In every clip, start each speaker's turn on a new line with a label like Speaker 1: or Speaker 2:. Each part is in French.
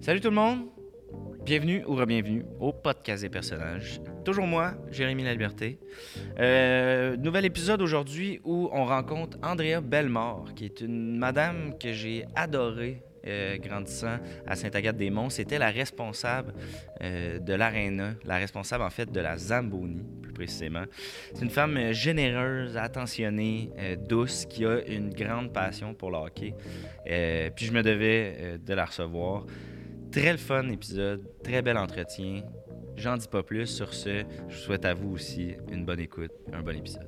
Speaker 1: Salut tout le monde! Bienvenue ou re-bienvenue au podcast des personnages. Toujours moi, Jérémy Laliberté. Euh, nouvel épisode aujourd'hui où on rencontre Andrea Bellemare, qui est une madame que j'ai adorée euh, grandissant à Sainte-Agathe-des-Monts. C'était la responsable euh, de l'Arena, la responsable en fait de la Zamboni, plus précisément. C'est une femme euh, généreuse, attentionnée, euh, douce, qui a une grande passion pour le hockey. Euh, puis je me devais euh, de la recevoir. Très le fun épisode, très bel entretien. J'en dis pas plus. Sur ce, je vous souhaite à vous aussi une bonne écoute, un bon épisode.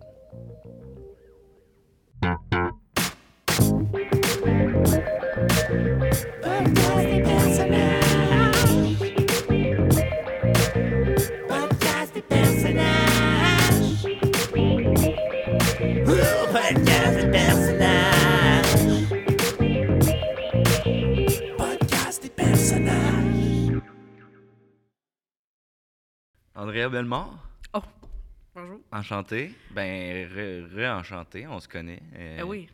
Speaker 2: Podcast des personnages. Podcast des personnages. Ouh, Podcast des personnages. Podcast des personnages.
Speaker 1: Andrea Bellemare,
Speaker 3: Oh, bonjour.
Speaker 1: enchanté. Ben, re-enchanté, on se connaît. Euh,
Speaker 3: Eh oui,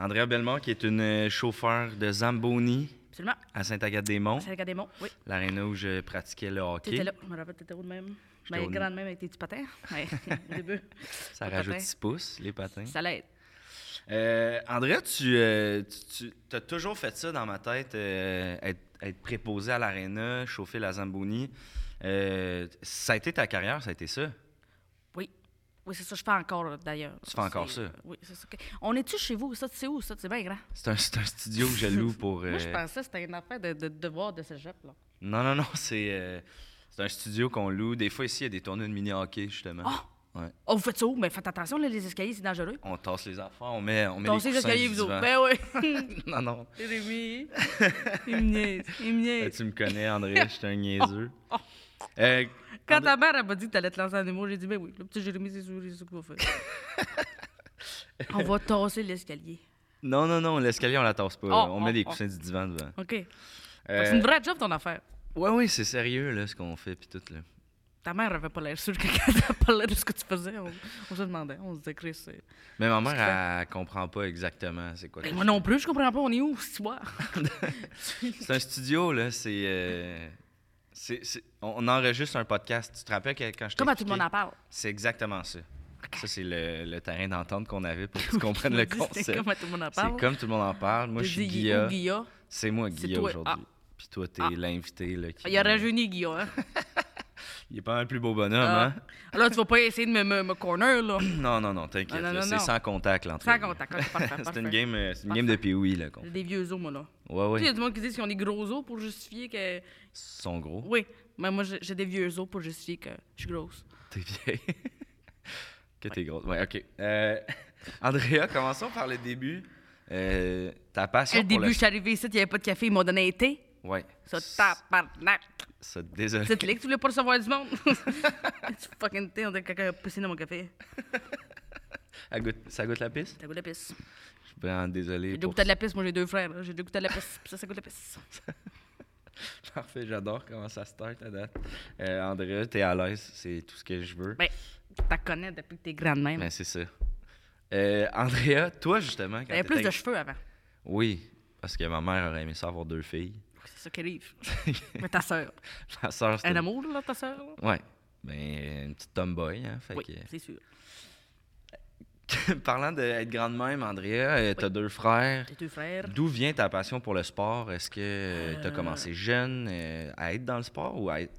Speaker 1: Andrea Bellemare, qui est une euh, chauffeur de Zamboni
Speaker 3: absolument.
Speaker 1: à Sainte-Agathe-des-Monts,
Speaker 3: C'est le démon, oui.
Speaker 1: l'aréna où je pratiquais le hockey.
Speaker 3: T'étais là, je me rappelle, t'étais où de même?
Speaker 1: J'étais
Speaker 3: Ben,
Speaker 1: au-
Speaker 3: grande même avec tes petits patins. Ouais, au début.
Speaker 1: Ça
Speaker 3: Pas de
Speaker 1: rajoute
Speaker 3: patins.
Speaker 1: 6 pouces, les patins.
Speaker 3: Ça l'aide.
Speaker 1: Euh, Andrea, tu, euh, tu, as toujours fait ça dans ma tête, euh, être, être préposé à l'aréna, chauffer la Zamboni. Euh, ça a été ta carrière, ça a été ça.
Speaker 3: Oui. Oui, c'est ça, je fais encore là, d'ailleurs.
Speaker 1: Tu fais encore
Speaker 3: C'est-
Speaker 1: ça?
Speaker 3: Oui, c'est ça. que- On est-tu chez vous? Ça, tu sais où? Ça, c'est bien grand.
Speaker 1: C'est un, c'est un studio que je loue pour.
Speaker 3: Moi, je
Speaker 1: euh,
Speaker 3: pensais que c'était une affaire de, de devoir de cégep, là.
Speaker 1: Non, non, non, c'est euh, c'est un studio qu'on loue. Des fois, ici, il y a des tournois de mini-hockey, justement. Ouais.
Speaker 3: Oh, vous faites ça où? Mais faites attention, là, les escaliers, c'est dangereux.
Speaker 1: On tasse les affaires, on met, on met
Speaker 3: Tassez
Speaker 1: les
Speaker 3: les
Speaker 1: coussins
Speaker 3: escaliers,
Speaker 1: du
Speaker 3: vous
Speaker 1: divan.
Speaker 3: autres. Ben oui.
Speaker 1: Non, non.
Speaker 3: Jérémy, il me niaise, il me
Speaker 1: Ben,
Speaker 3: niaise.
Speaker 1: tu me connais, André, je suis un niaiseux. Euh,
Speaker 3: Oh. Quand ta mère elle m'a dit que t'allais te lancer en humour, j'ai dit ben oui, le petit Jérémy, c'est sûr, c'est ça qu'on va faire. on va tasser l'escalier.
Speaker 1: non, non, non, l'escalier, on la tasse pas.
Speaker 3: Oh,
Speaker 1: on met
Speaker 3: oh,
Speaker 1: des
Speaker 3: oh.
Speaker 1: coussins du divan devant.
Speaker 3: OK.
Speaker 1: Euh,
Speaker 3: C'est une vraie job ton affaire.
Speaker 1: Ouais, ouais, c'est sérieux, là, ce qu'on fait, puis tout, là.
Speaker 3: Ta mère avait pas l'air sûre que quand elle parlait de ce que tu faisais, on, on se demandait, on se disait Chris. euh,
Speaker 1: Mais ma mère, elle, comprend pas exactement c'est quoi. que
Speaker 3: ben,
Speaker 1: je
Speaker 3: moi non plus, je comprends pas, on est où ce soir?
Speaker 1: fais. C'est un studio, là, c'est... euh, c'est- c'est- On on enregistre un podcast. Tu te rappelles que- quand je t'ai
Speaker 3: Comme à tout
Speaker 1: expliqué?
Speaker 3: le monde en parle.
Speaker 1: C'est exactement ça. Ça, c'est le, le terrain d'entente qu'on avait pour que tu
Speaker 3: Oui,
Speaker 1: comprennes le
Speaker 3: on dit, c'est
Speaker 1: concept.
Speaker 3: comme à tout le monde en
Speaker 1: C'est
Speaker 3: parle.
Speaker 1: comme tout le monde en parle. Moi, je
Speaker 3: J'ai
Speaker 1: suis
Speaker 3: dit
Speaker 1: Guilla.
Speaker 3: Guilla. Guilla.
Speaker 1: C'est moi,
Speaker 3: C'est
Speaker 1: Guilla,
Speaker 3: toi.
Speaker 1: aujourd'hui.
Speaker 3: Ah.
Speaker 1: Puis toi, t'es
Speaker 3: Ah.
Speaker 1: l'invité. Là, qui-
Speaker 3: Il a rajeuni Guilla. Hein?
Speaker 1: Il est pas un plus beau bonhomme, hein?
Speaker 3: Ah, Là, tu vas pas essayer de me, me, me corner, là.
Speaker 1: Non, non, non, t'inquiète.
Speaker 3: Ah, non,
Speaker 1: là,
Speaker 3: non,
Speaker 1: c'est
Speaker 3: non.
Speaker 1: sans contact, l'entrée.
Speaker 3: Sans contact, ok, parfait,
Speaker 1: c'est
Speaker 3: parfait.
Speaker 1: une game, euh, c'est une game de pee là, qu'on
Speaker 3: J'ai
Speaker 1: fait.
Speaker 3: des vieux os, moi, là.
Speaker 1: Ouais,
Speaker 3: Tu sais, il y a
Speaker 1: ouais.
Speaker 3: du monde qui dit qu'ils ont des gros os pour justifier que.
Speaker 1: Ils sont gros.
Speaker 3: Oui, mais moi, j'ai j'ai des vieux os pour justifier que je suis grosse.
Speaker 1: T'es vieille. que t'es grosse. Ouais, OK. Euh, Andrea, commençons par le début. Euh, ta passion
Speaker 3: Au
Speaker 1: pour
Speaker 3: début, je suis arrivée ici, il n'y avait pas de café, ils m'ont donné un thé.
Speaker 1: le... Ouais.
Speaker 3: Ça, tabarnak!
Speaker 1: Ça, désolé.
Speaker 3: C'est là que tu voulais pas recevoir du monde. tu fucking thé, on dirait que quelqu'un a pissé dans mon café.
Speaker 1: Elle goûte- Ça goûte la piste?
Speaker 3: Ça goûte la pisse.
Speaker 1: Je suis vraiment désolé
Speaker 3: J'ai déjà
Speaker 1: pour
Speaker 3: goûté de la pisse, moi j'ai deux frères. là. J'ai déjà goûté de la pisse, puis ça, ça goûte la pisse.
Speaker 1: Parfait, j'adore comment ça start à date. Euh, Andrea, t'es à l'aise, c'est tout ce que je veux.
Speaker 3: Ben, t'as connais depuis que t'es grande même.
Speaker 1: Ben, c'est ça. Euh, Andrea, toi justement, quand
Speaker 3: T'avais Ben, plus
Speaker 1: t'étais-
Speaker 3: de cheveux avant.
Speaker 1: Oui, parce que ma mère aurait aimé ça avoir deux filles.
Speaker 3: C'est ça qui arrive. mais ta sœur.
Speaker 1: Ma soeur, c'était...
Speaker 3: Un amour, là, ta sœur? là?
Speaker 1: Ouais. Ben, une petite tomboy, hein. Fait
Speaker 3: Oui,
Speaker 1: que-
Speaker 3: c'est sûr.
Speaker 1: Parlant d'être grande même, Andrea, euh, t'as deux frères.
Speaker 3: Tes deux frères.
Speaker 1: D'où vient ta passion pour le sport? Est-ce que euh, t'as
Speaker 3: Euh.
Speaker 1: commencé jeune euh, à être dans le sport ou à être...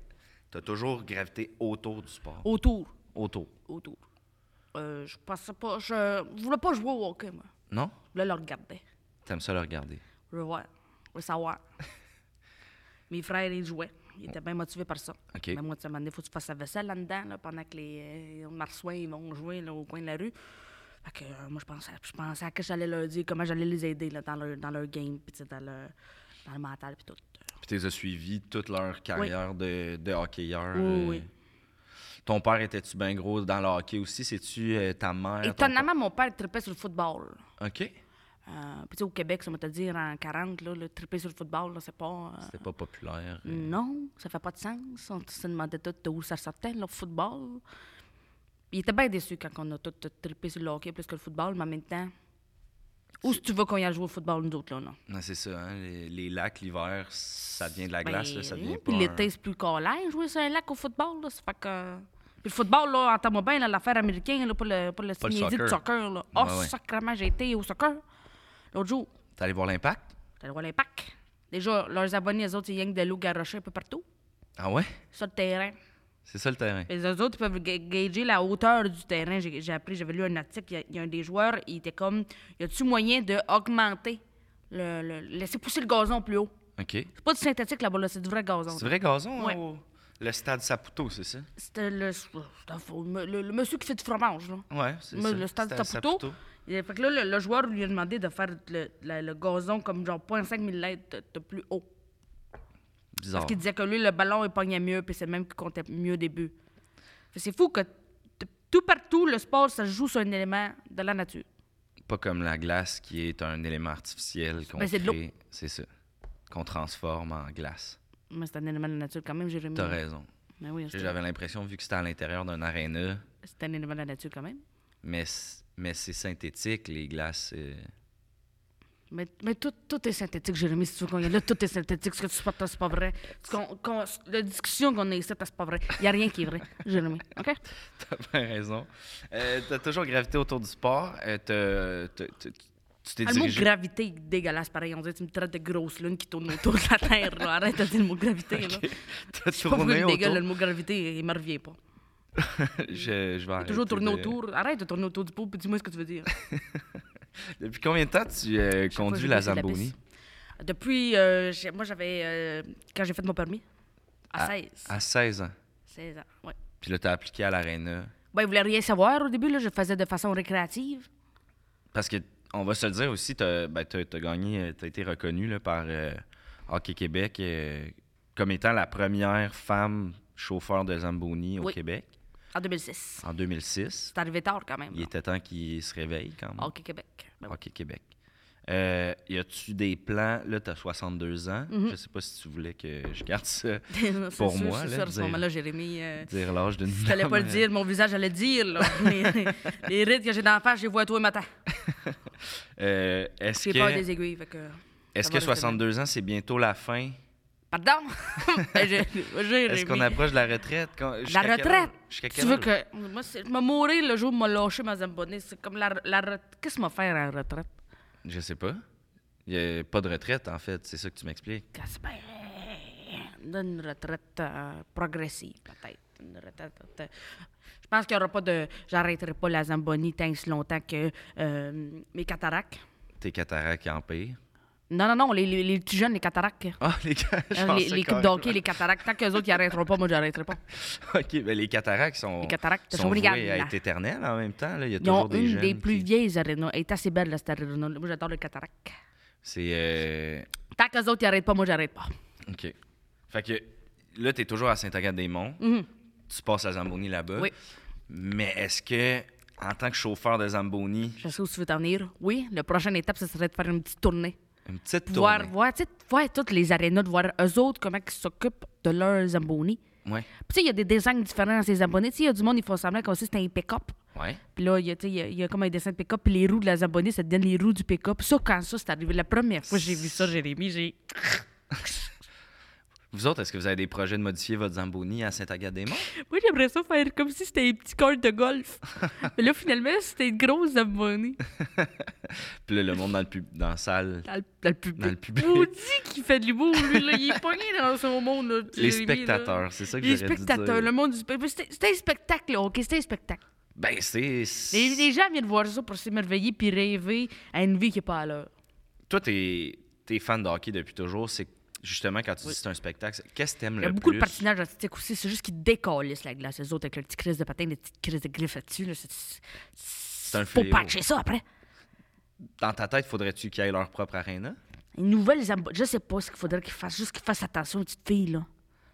Speaker 1: T'as toujours gravité autour du sport?
Speaker 3: Autour.
Speaker 1: Autour.
Speaker 3: Autour. Euh, je pensais pas. Je voulais pas jouer au hockey, moi.
Speaker 1: Non?
Speaker 3: Je voulais le regarder.
Speaker 1: T'aimes ça le regarder?
Speaker 3: Je veux voir. Je veux savoir. Mes frères, ils jouaient. Ils étaient bien motivés par ça.
Speaker 1: OK.
Speaker 3: Mais moi, tu m'as il faut que tu fasses la vaisselle là-dedans, là, pendant que les euh, Marsouins ils vont jouer là, au coin de la rue. Fait que euh, moi, je pensais, je pensais à que j'allais leur dire, comment j'allais les aider là, dans, leur, dans leur game, puis tu sais, dans, leur- dans le mental, puis tout.
Speaker 1: Puis tu les as suivis toute leur carrière de, de hockeyeur.
Speaker 3: Oui,
Speaker 1: euh.
Speaker 3: oui.
Speaker 1: Ton père était-tu bien gros dans le hockey aussi? C'est-tu euh, ta mère? ton
Speaker 3: Étonnamment, mon père tripait sur le football.
Speaker 1: pa- OK.
Speaker 3: Euh, puis tu sais, au Québec, ça m'a te dire, en 40, là, le triper sur le football, là, c'est pas... euh,
Speaker 1: C'était pas populaire. euh.
Speaker 3: Non, ça fait pas de sens. On se demandait tout d'où ça sortait, le football. Il était bien déçu quand on a tout, tout trippé sur le hockey plus que le football, mais en même temps, Ou si tu veux qu'on y aille jouer au football, nous autres, là, non.
Speaker 1: Non, c'est ça, hein, les, les lacs, l'hiver, ça devient de la
Speaker 3: Ben,
Speaker 1: glace, là, ça devient
Speaker 3: oui,
Speaker 1: pas.
Speaker 3: Puis
Speaker 1: un-
Speaker 3: l'été, c'est plus calais, jouer sur un lac au football, là. Ça fait que. Puis le football, là, entends-moi bien, là, l'affaire américaine, là, pour le, pour le
Speaker 1: Pas le
Speaker 3: signe dit de
Speaker 1: soccer. Ah
Speaker 3: soccer, là. Oh,
Speaker 1: Ouais, ouais.
Speaker 3: sacrément, j'ai été au soccer. L'autre jour,
Speaker 1: T'es allé voir l'impact?
Speaker 3: t'as le droit à l'impact. Déjà, leurs abonnés, eux autres, ils gagnent des loups garochés un peu partout.
Speaker 1: Ah ouais?
Speaker 3: Sur le terrain.
Speaker 1: C'est ça le terrain.
Speaker 3: Les autres, ils peuvent ga- gager la hauteur du terrain. J'ai j'ai appris, j'avais lu un article, il y a- il y, a un des joueurs, il était comme, y a-tu moyen d'augmenter, le, le- laisser pousser le gazon plus haut?
Speaker 1: OK.
Speaker 3: C'est pas du synthétique là-bas, là, c'est du vrai gazon.
Speaker 1: C'est vrai gazon,
Speaker 3: Ouais.
Speaker 1: hein, au- le stade Saputo, c'est ça?
Speaker 3: C'était le, c'était un faux- le, le- le monsieur qui fait du fromage, là.
Speaker 1: Ouais, c'est
Speaker 3: Moi,
Speaker 1: ça.
Speaker 3: le stade
Speaker 1: Stade
Speaker 3: Saputo. il- Fait que là, le, le joueur lui a demandé de faire le, la- le gazon comme genre 0.5 mm de, de plus haut.
Speaker 1: Bizarre.
Speaker 3: Parce qu'il disait que lui, le ballon, il pognait mieux, puis c'est le même qui comptait mieux des buts. Fait que C'est fou que t- tout partout, le sport, ça se joue sur un élément de la nature.
Speaker 1: Pas comme la glace qui est un élément artificiel qu'on
Speaker 3: Ben, c'est de l'eau.
Speaker 1: crée. C'est ça. Qu'on transforme en glace.
Speaker 3: Mais c'est un élément de la nature quand même, Jérémy.
Speaker 1: T'as raison.
Speaker 3: Mais oui, c'est
Speaker 1: J'avais l'impression, vu que c'était à l'intérieur d'un aréna,
Speaker 3: c'est un élément de la nature quand même.
Speaker 1: mais, c- mais c'est synthétique, les glaces. euh.
Speaker 3: Mais, mais tout, tout est synthétique, Jérémy, si tu veux qu'on y aille. Là, tout est synthétique. Ce que tu portes, là, c'est pas vrai. Ce qu'on- qu'on- la discussion qu'on a ici, là, c'est pas vrai. Il n'y a rien qui est vrai, Jérémy. OK?
Speaker 1: T'as bien raison. Euh, T'as toujours gravité autour du sport. Euh, t'as- t'as- t'as- tu t'es
Speaker 3: Ah, le mot
Speaker 1: dirigé.
Speaker 3: gravité est dégueulasse, pareil. On dirait tu me traites de grosse lune qui tourne autour de la Terre. là. Arrête de dire le mot gravité. Là.
Speaker 1: T'as
Speaker 3: Je sais pas pourquoi
Speaker 1: tourné
Speaker 3: il me dégueule,
Speaker 1: autour.
Speaker 3: le mot gravité, il me revient pas.
Speaker 1: je, je vais arrêter
Speaker 3: Toujours tourner
Speaker 1: de-
Speaker 3: autour. Arrête de tourner autour du pot, puis dis-moi ce que tu veux dire.
Speaker 1: Depuis combien de temps tu euh, conduis
Speaker 3: Faut
Speaker 1: la
Speaker 3: que je baisse
Speaker 1: Zamboni?
Speaker 3: piste. Depuis, euh, j'ai- moi j'avais, euh, quand j'ai fait mon permis,
Speaker 1: Ah,
Speaker 3: à, 16.
Speaker 1: À 16 ans.
Speaker 3: 16 ans, ouais.
Speaker 1: Puis là, t'as appliqué à l'aréna.
Speaker 3: Ben, ils voulaient rien savoir au début, là. Je le faisais de façon récréative.
Speaker 1: Parce que on va se le dire aussi, t'as ben, t'as- t'as gagné, euh, t'as été reconnue là, par euh, Hockey Québec euh, comme étant la première femme chauffeur de Zamboni au
Speaker 3: Oui.
Speaker 1: Québec
Speaker 3: En 2006.
Speaker 1: en 2006.
Speaker 3: C'est arrivé tard quand même.
Speaker 1: Il
Speaker 3: là.
Speaker 1: était temps qu'il se réveille quand même.
Speaker 3: Hockey Québec. Ben oui.
Speaker 1: Hockey Québec. Euh, y a-tu des plans? Là, t'as 62 ans. Je sais pas si tu voulais que je garde ça,
Speaker 3: Mhm. C'est
Speaker 1: Pour
Speaker 3: sûr,
Speaker 1: moi,
Speaker 3: c'est
Speaker 1: là,
Speaker 3: sûr, à ce
Speaker 1: dire-
Speaker 3: moment-là, Jérémy. euh,
Speaker 1: dire l'âge d'une euh,
Speaker 3: Je t'allais pas le
Speaker 1: dame.
Speaker 3: dire, mon visage allait le dire. Là. les, les rides que j'ai dans la face, je les vois tous les matins.
Speaker 1: Euh, Est-ce
Speaker 3: J'ai peur
Speaker 1: que,
Speaker 3: des aiguilles. Fait que...
Speaker 1: est
Speaker 3: ça
Speaker 1: que
Speaker 3: va rester
Speaker 1: 62 ans, c'est bientôt la fin?
Speaker 3: bien. Pardon? Ben, je- Jérémy.
Speaker 1: Est-ce qu'on approche de la retraite? Quand-
Speaker 3: La
Speaker 1: jusqu'à quel
Speaker 3: retraite!
Speaker 1: âge? Jusqu'à
Speaker 3: Tu
Speaker 1: quel
Speaker 3: veux
Speaker 1: âge?
Speaker 3: que. Moi, c'est- je vais mourir le jour où je vais lâcher ma zambonnée. C'est comme la, la re- Qu'est-ce que m'a faire en retraite?
Speaker 1: Je sais pas. Il n'y a pas de retraite, en fait. C'est ça que tu m'expliques.
Speaker 3: Qu'est-ce que- D'une retraite euh, progressive, peut-être. Une retraite. euh, Je pense qu'il n'y aura pas de. J'arrêterai pas la zambonie tant et si longtemps que euh, mes cataractes.
Speaker 1: Tes cataractes empirent.
Speaker 3: Non, non, non, les, les, les petits jeunes, les cataractes.
Speaker 1: Ah, les gars, je
Speaker 3: Euh,
Speaker 1: pensais
Speaker 3: les, les coupes
Speaker 1: carrément.
Speaker 3: d'hockey, les cataractes, tant qu'eux autres, ils arrêteront pas, moi, j'arrêterai pas.
Speaker 1: OK, ben les cataractes sont,
Speaker 3: Les cataractes
Speaker 1: sont
Speaker 3: sont
Speaker 1: vouées
Speaker 3: regardes,
Speaker 1: à
Speaker 3: là.
Speaker 1: être éternelles en même temps. là. Il y a
Speaker 3: Ils ont
Speaker 1: toujours des
Speaker 3: une
Speaker 1: jeunes
Speaker 3: des plus
Speaker 1: qui-
Speaker 3: vieilles arénas. Elle est assez belle, là, cette aréna. Moi, j'adore les cataractes.
Speaker 1: C'est... euh,
Speaker 3: Tant qu'eux autres, ils arrêtent pas, moi, j'arrête pas.
Speaker 1: OK. Fait que là, tu es toujours à Saint-Agathe-des-Monts. Tu passes à Zamboni là-bas.
Speaker 3: Mhm. Oui.
Speaker 1: Mais est-ce que, en tant que chauffeur de Zamboni,
Speaker 3: Je sais où tu veux t'en venir. Oui, la prochaine étape, ce serait de faire une petite tournée.
Speaker 1: une petite
Speaker 3: Voir,
Speaker 1: tournée...
Speaker 3: voir, tu sais, voir toutes les arénas, de voir eux autres, comment ils s'occupent de leurs zambonis.
Speaker 1: Ouais.
Speaker 3: Puis, tu sais, il y a des dessins différents dans ces zambonis. Tu sais, il y a du monde, ils font semblant comme si c'était un pick-up.
Speaker 1: Ouais.
Speaker 3: Puis là, il y, a, tu sais, il y a- il y a comme un dessin de pick-up, puis les roues de la Zamboni, ça donne les roues du pick-up. Ça, quand ça, c'est arrivé, la première fois que j'ai vu ça, Jérémy, j'ai.
Speaker 1: Vous autres, est-ce que vous avez des projets de modifier votre Zamboni à Saint-Agathe-des-Monts?
Speaker 3: Moi, j'aimerais ça faire comme si c'était un petit corps de golf. Mais là, finalement, c'était une grosse abonnée
Speaker 1: Puis là, le monde dans, le pub... dans la salle...
Speaker 3: dans le, dans le public.
Speaker 1: Dans le public.
Speaker 3: Maudit qui fait de l'humour, lui, là. Il est pogné dans son monde, là,
Speaker 1: Les
Speaker 3: Jérémy, là.
Speaker 1: spectateurs, c'est ça que
Speaker 3: Les
Speaker 1: j'aurais dû
Speaker 3: spectateurs,
Speaker 1: dire.
Speaker 3: le monde du spectacle. C'était c'était un spectacle, là, OK? C'était un spectacle.
Speaker 1: Ben, c'est...
Speaker 3: Les, les gens viennent voir ça pour s'émerveiller puis rêver à une vie qui n'est pas à l'heure.
Speaker 1: Toi, t'es es fan de hockey depuis toujours. C'est justement quand tu dis que c'est un spectacle, c'est- qu'est-ce que t'aimes le
Speaker 3: Il y
Speaker 1: plus?
Speaker 3: a beaucoup de patinage artistique aussi. C'est juste qu'ils décalissent la glace, eux autres, avec leur petit crise de patin, les petites crises de griffes là-dessus. Là, c'est-
Speaker 1: C'est un
Speaker 3: faut
Speaker 1: fléau.
Speaker 3: patcher ça après.
Speaker 1: Dans ta tête, faudrait-tu qu'ils aient leur propre aréna?
Speaker 3: Une nouvelle Zambo- Je sais pas ce qu'il faudrait qu'ils fassent. Juste qu'ils fassent attention aux petites filles, là.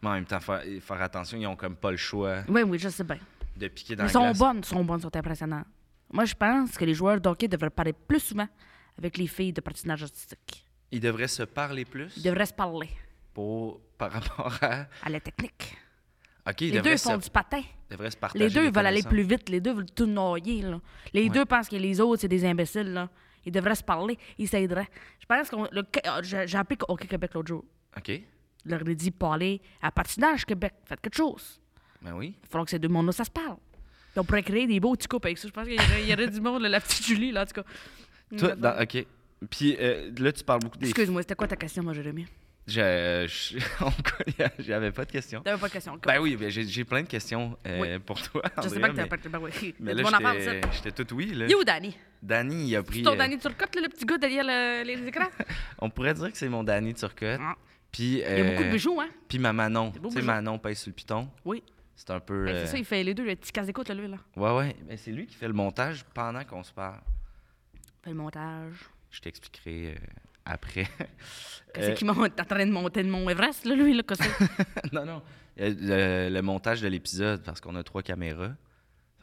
Speaker 1: Mais en même temps, faire, faire attention, ils ont comme pas le choix
Speaker 3: Oui, oui, je sais bien.
Speaker 1: de piquer dans
Speaker 3: Mais
Speaker 1: la
Speaker 3: sont
Speaker 1: glace.
Speaker 3: bonnes, sont bonnes, sont impressionnantes. Moi, je pense que les joueurs d'hockey devraient parler plus souvent avec les filles de patinage artistique.
Speaker 1: Ils devraient se parler plus
Speaker 3: Ils devraient se parler
Speaker 1: pour, par rapport à...
Speaker 3: à la technique.
Speaker 1: OK, ils
Speaker 3: les
Speaker 1: devraient,
Speaker 3: deux
Speaker 1: se,
Speaker 3: font du patin.
Speaker 1: devraient se partager
Speaker 3: Les deux
Speaker 1: des
Speaker 3: veulent aller
Speaker 1: connaissances.
Speaker 3: plus vite. Les deux veulent tout noyer, là. Les deux pensent que les autres, c'est des imbéciles, là. Ils devraient se parler, ils s'aideraient. Je pense qu'on. le- euh, J'ai j'ai appelé Hockey Québec l'autre jour.
Speaker 1: OK.
Speaker 3: Je leur ai dit parler à Patinage Québec, faites quelque chose.
Speaker 1: Ben oui.
Speaker 3: Il faut que ces deux mondes-là, ça se parle. Puis on pourrait créer des beaux petits couples avec ça. Je pense qu'il y aurait- il y aurait du monde, là, la petite Julie, là, en tout cas.
Speaker 1: Toi, dans- OK. Puis euh, là, tu parles beaucoup des.
Speaker 3: Excuse-moi, c'était quoi ta question, moi, Jérémy?
Speaker 1: Je- je- on connaît- J'avais pas de questions.
Speaker 3: T'avais pas de question. ok.
Speaker 1: Ben oui, ben j'ai- j'ai plein de questions euh,
Speaker 3: Oui.
Speaker 1: pour toi.
Speaker 3: je sais
Speaker 1: Andrea,
Speaker 3: pas que
Speaker 1: mais-
Speaker 3: t'avais pas de question. Ben oui.
Speaker 1: Mais
Speaker 3: Mon enfant,
Speaker 1: là, j'étais-
Speaker 3: ça.
Speaker 1: j'étais tout oui. Là.
Speaker 3: Il est où, Danny?
Speaker 1: Danny, il a
Speaker 3: C'est
Speaker 1: pris.
Speaker 3: ton
Speaker 1: euh,
Speaker 3: Danny Turcotte, là, le petit gars derrière le- les écrans?
Speaker 1: on pourrait dire que c'est mon Danny Turcotte.
Speaker 3: Ah.
Speaker 1: Puis,
Speaker 3: Il y a beaucoup de
Speaker 1: euh,
Speaker 3: bijoux, hein?
Speaker 1: Puis ma Manon.
Speaker 3: beaux
Speaker 1: Tu sais,
Speaker 3: bijoux.
Speaker 1: Manon pèse sur le piton.
Speaker 3: Oui.
Speaker 1: C'est un peu.
Speaker 3: Hey,
Speaker 1: euh,
Speaker 3: c'est ça, il fait les deux, le petit casse d'écoute, là, lui, là.
Speaker 1: Ouais, ouais. Mais c'est lui qui fait le montage pendant qu'on se parle.
Speaker 3: Il fait le montage.
Speaker 1: Je t'expliquerai euh, après.
Speaker 3: Qu'est-ce
Speaker 1: Euh,
Speaker 3: qu'il monte? T'es en train de monter de Mont Everest, là, lui, là, qu'est-ce que c'est?
Speaker 1: non, non. Euh, Le, le montage de l'épisode, parce qu'on a trois caméras.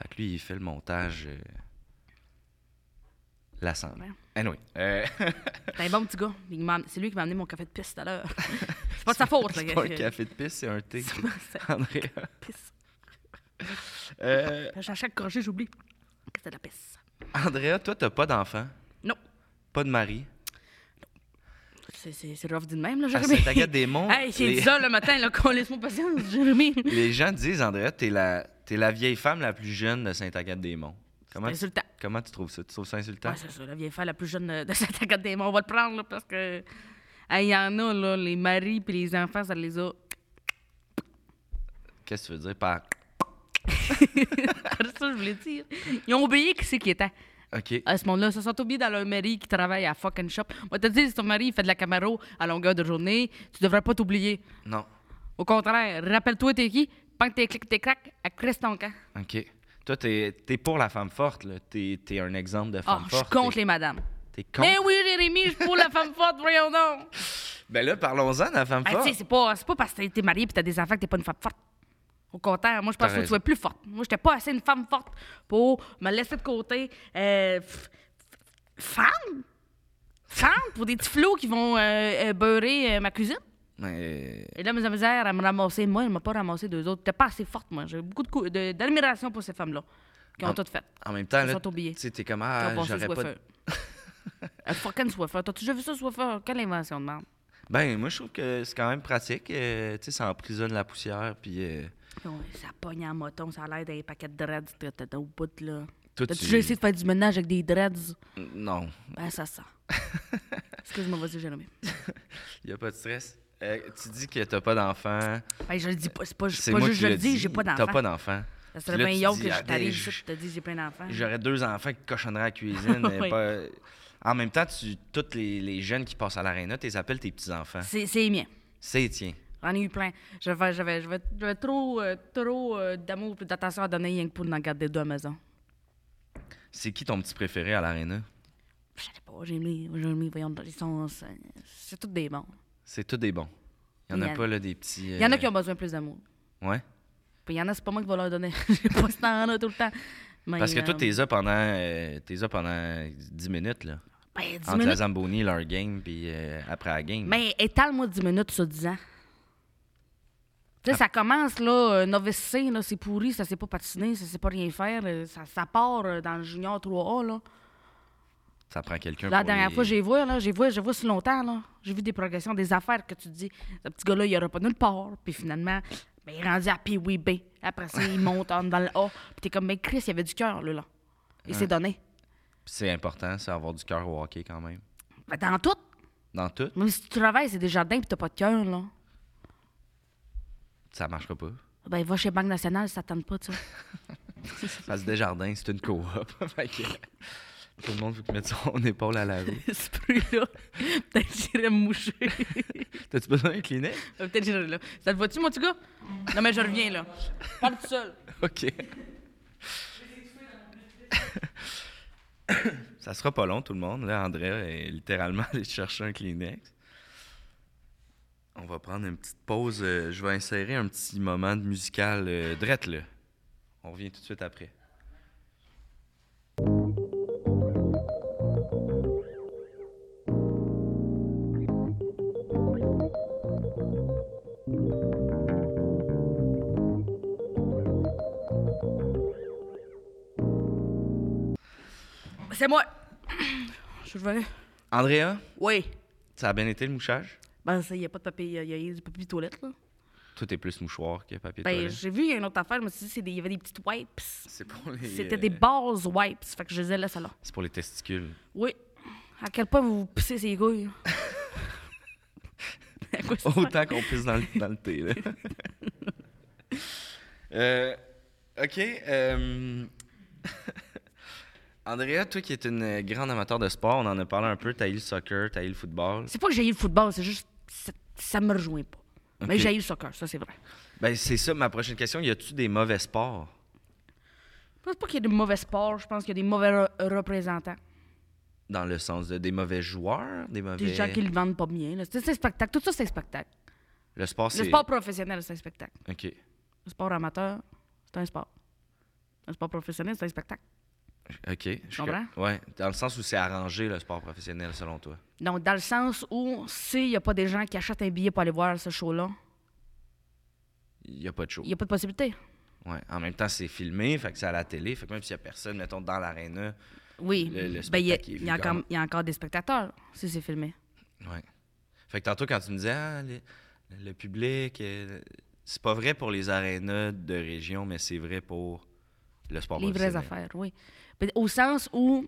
Speaker 1: Fait que lui, il fait le montage. euh, L'assemble.
Speaker 3: Ouais.
Speaker 1: Anyway. euh,
Speaker 3: T'es un bon petit gars. Il m'a- C'est lui qui m'a amené mon café de piste tout à l'heure. C'est pas de sa faute, là.
Speaker 1: c'est pas un
Speaker 3: que-
Speaker 1: café de piste, c'est un thé.
Speaker 3: C'est pas sa
Speaker 1: Andrea.
Speaker 3: pisse.
Speaker 1: Euh,
Speaker 3: À chaque crochet, j'oublie que c'est de la pisse.
Speaker 1: Andrea, toi, t'as pas d'enfant,
Speaker 3: Non.
Speaker 1: pas de mari.
Speaker 3: C'est- C'est c'est rough d'une même, là,
Speaker 1: À
Speaker 3: Jérémy.
Speaker 1: Saint-Agathe-des-Monts,
Speaker 3: Hey, c'est
Speaker 1: les,
Speaker 3: ça le matin, là, qu'on laisse mon patience, Jérémy.
Speaker 1: les gens disent, Andrea, t'es la, t'es la vieille femme la plus jeune de Saint-Agathe-des-Monts. Comment,
Speaker 3: C'est insultant.
Speaker 1: comment tu trouves ça? Tu trouves ça insultant?
Speaker 3: Ouais, c'est ça, la vieille femme la plus jeune de de cette académie. On va le prendre, là, parce que. Il y en a, là, les maris puis les enfants, ça les a.
Speaker 1: Qu'est-ce que tu veux dire par...
Speaker 3: C'est ça, je voulais dire. Ils ont oublié qui c'est qui était.
Speaker 1: OK.
Speaker 3: À ce moment-là, ça sont oubliés dans leur mari qui travaille à fucking shop. Moi, t'as dit, si ton mari il fait de la camaro à longueur de journée, tu devrais pas t'oublier.
Speaker 1: Non.
Speaker 3: Au contraire, rappelle-toi t'es qui, pendant que t'es clic, t'es crack, à crisse ton camp.
Speaker 1: OK. Toi, t'es es pour la femme forte, là. T'es es un exemple de
Speaker 3: Ah,
Speaker 1: femme
Speaker 3: je suis
Speaker 1: forte.
Speaker 3: contre
Speaker 1: T'es-
Speaker 3: les madames.
Speaker 1: T'es contre.
Speaker 3: Mais oui, Jérémy, je suis pour la femme forte, voyons donc.
Speaker 1: Ben là, parlons-en de la femme
Speaker 3: Ah, tu
Speaker 1: forte.
Speaker 3: sais, c'est pas, c'est pas parce que t'es marié et t'as des enfants que t'es pas une femme forte. Au contraire, moi, je
Speaker 1: T'as
Speaker 3: pense que tu
Speaker 1: raison.
Speaker 3: sois plus forte. Moi, j'étais pas assez une femme forte pour me laisser de côté. Euh, f- f- femme? Femme pour des petits flots qui vont euh, euh, beurrer euh, ma cuisine?
Speaker 1: Mais,
Speaker 3: Et là, mes misère, elle me ramassait. Moi, elle m'a pas ramassé deux autres. T'es pas assez forte, moi. J'ai beaucoup de cou- de- d'admiration pour ces femmes-là qui ont
Speaker 1: Ah.
Speaker 3: toutes faites.
Speaker 1: en même temps,
Speaker 3: Ils
Speaker 1: là,
Speaker 3: sont oubliés.
Speaker 1: tu sais, t'es comme... Ah,
Speaker 3: qui ont passé
Speaker 1: j'aurais pas...
Speaker 3: Swiffer.
Speaker 1: de-
Speaker 3: Un fucking Swiffer. T'as-tu déjà vu ça, Swiffer? Quelle invention de merde.
Speaker 1: Ben, moi, je trouve que c'est quand même pratique. euh, tu sais, ça emprisonne la poussière, puis... euh,
Speaker 3: Ouais, ça pogne en moton, ça a l'air des paquets de dreads t'as- t'as- t'as au bout, là.
Speaker 1: Toi,
Speaker 3: T'as-tu
Speaker 1: tu-
Speaker 3: déjà essayé de faire du ménage avec des dreads?
Speaker 1: Non.
Speaker 3: Ben, ça sent. Excuse-moi, vas-y, Jérémy.
Speaker 1: Il a pas de stress. Euh, tu dis que t'as pas d'enfant.
Speaker 3: Ben, je le dis pas, c'est pas,
Speaker 1: C'est
Speaker 3: pas
Speaker 1: moi
Speaker 3: juste
Speaker 1: qui
Speaker 3: je
Speaker 1: le
Speaker 3: le dis, j'ai pas
Speaker 1: T'as pas
Speaker 3: d'enfant.
Speaker 1: d'enfant.
Speaker 3: Ça
Speaker 1: Puis
Speaker 3: serait
Speaker 1: là,
Speaker 3: bien
Speaker 1: tu
Speaker 3: yo
Speaker 1: dis, ah, ben,
Speaker 3: que je
Speaker 1: attends,
Speaker 3: t'arrive
Speaker 1: j-
Speaker 3: ici, t'as dit j'ai plein d'enfants.
Speaker 1: J'aurais deux enfants qui cochonneraient à la cuisine. euh,
Speaker 3: Oui.
Speaker 1: pas- En même temps, tu tous les, les jeunes qui passent à l'aréna, tu les appelles tes petits-enfants.
Speaker 3: C'est c'est les miens.
Speaker 1: C'est tiens.
Speaker 3: J'en ai eu plein. J'avais, j'avais, j'avais, j'avais trop, euh, trop euh, d'amour et d'attention à donner rien que pour en garder deux à la maison.
Speaker 1: C'est qui ton petit préféré à l'aréna?
Speaker 3: Je sais pas, j'ai mis, j'ai mis, voyons, ils sont, c'est, c'est tous des bons.
Speaker 1: C'est tous des bons. Il n'y en
Speaker 3: Il y
Speaker 1: a
Speaker 3: en-
Speaker 1: pas là, des petits. euh,
Speaker 3: Il y en a qui ont besoin plus d'amour.
Speaker 1: Ouais.
Speaker 3: Puis il y en a, c'est pas moi qui vais leur donner. j'ai pas ce temps-là tout le temps. Mais,
Speaker 1: Parce que toi,
Speaker 3: euh,
Speaker 1: t'es là pendant, euh, t'es là pendant 10 minutes, là.
Speaker 3: Ben, 10
Speaker 1: Entre la
Speaker 3: minutes.
Speaker 1: Zamboni et leur game, puis euh, après la game.
Speaker 3: Mais étale-moi 10 minutes sur 10 ans. Tu
Speaker 1: Ah.
Speaker 3: sais, ça commence, là, euh, novice C, là, c'est pourri, ça sait pas patiner, ça sait pas rien faire, euh, ça, ça part euh, dans le junior 3A, là.
Speaker 1: Ça prend quelqu'un
Speaker 3: La
Speaker 1: pour
Speaker 3: dernière
Speaker 1: les-
Speaker 3: fois, j'ai vu, là, j'ai vu, j'ai vu si longtemps, là. J'ai vu des progressions, des affaires que tu te dis, ce petit gars-là, il aura pas nulle part. Puis finalement, ben, il est rendu à oui B. Après ça, il monte en- dans le A. Puis t'es comme, mais Chris, il avait du cœur, là, là. Il s'est donné.
Speaker 1: C'est important, ça, avoir du cœur au hockey quand même.
Speaker 3: Ben, dans tout.
Speaker 1: Dans tout,
Speaker 3: Même si tu travailles, c'est des jardins, puis t'as pas de cœur, là.
Speaker 1: ça marchera pas.
Speaker 3: Ben, va chez Banque Nationale, ça tente pas, tu sais.
Speaker 1: Parce que Desjardins, c'est une coop. Fait que Tout le monde veut mettre son épaule à la roue.
Speaker 3: ce bruit-là. Peut-être que j'irais me moucher.
Speaker 1: T'as-tu besoin d'un Kleenex?
Speaker 3: Peut-être que j'irais là. Ça te va-tu, mon petit gars? Non, mais je reviens, là. Parle tout seul.
Speaker 1: OK. Ça sera pas long, tout le monde. Là, André est littéralement allé chercher un Kleenex. On va prendre une petite pause. euh, Je vais insérer un petit moment de musical euh, drette, là. On revient tout de suite après.
Speaker 3: C'est moi. Je vais.
Speaker 1: Andrea,
Speaker 3: Oui.
Speaker 1: ça a bien été le mouchage?
Speaker 3: Ben, ça, il n'y a pas de papier. Il y a, il y a du papier de toilette, là.
Speaker 1: Tout est plus mouchoir que papier de
Speaker 3: Ben,
Speaker 1: toilette.
Speaker 3: j'ai vu, il y a une autre affaire. Je me suis dit, c'est des- il y avait des petites wipes.
Speaker 1: C'est pour les...
Speaker 3: C'était
Speaker 1: euh,
Speaker 3: des bases wipes. Fait que je les ai là, ça là.
Speaker 1: C'est pour les testicules.
Speaker 3: Oui. À quel point vous vous pissez ses couilles? À quoi ça sert?
Speaker 1: Autant qu'on puisse dans le, dans le thé, là. Euh, OK. euh, Andrea, toi qui es une grande amateur de sport, on en a parlé un peu, t'as eu le soccer, t'as eu le football.
Speaker 3: C'est pas que j'ai eu le football, c'est juste ça, ça me rejoint pas. Mais
Speaker 1: Ok.
Speaker 3: j'ai eu le soccer, ça c'est vrai.
Speaker 1: Ben, c'est ça, ma prochaine question. Y a-tu des mauvais sports?
Speaker 3: Je pense pas qu'il y ait de mauvais sports, je pense qu'il y a des mauvais re- euh, représentants.
Speaker 1: Dans le sens de des mauvais joueurs, des mauvais...
Speaker 3: Des gens qui le vendent pas bien. là. C'est c'est un spectacle. Tout ça, c'est un spectacle.
Speaker 1: Le sport, c'est...
Speaker 3: Le sport professionnel, c'est un spectacle.
Speaker 1: OK.
Speaker 3: Le sport amateur, c'est un sport. Le sport professionnel, c'est un spectacle.
Speaker 1: OK. Je
Speaker 3: comprends?
Speaker 1: Ouais, dans le sens où c'est arrangé, le sport professionnel, selon toi.
Speaker 3: Donc, dans le sens où, s'il n'y a pas des gens qui achètent un billet pour aller voir ce show-là,
Speaker 1: Y a pas de show.
Speaker 3: il n'y a pas de possibilité.
Speaker 1: Ouais. En même temps, c'est filmé, fait que c'est à la télé. Fait que même s'il y a personne, mettons, dans l'aréna...
Speaker 3: Oui.
Speaker 1: Le- le
Speaker 3: Ben, il y a-
Speaker 1: spectacle est
Speaker 3: il y, a
Speaker 1: vulgaire.
Speaker 3: encore- il y a encore des spectateurs, si c'est filmé.
Speaker 1: Ouais. Fait que tantôt, quand tu me disais, Ah, le, le public, euh, c'est pas vrai pour les arénas de région, mais c'est vrai pour le sport
Speaker 3: Les vraies
Speaker 1: professionnel.
Speaker 3: affaires, oui. Ben, Au sens où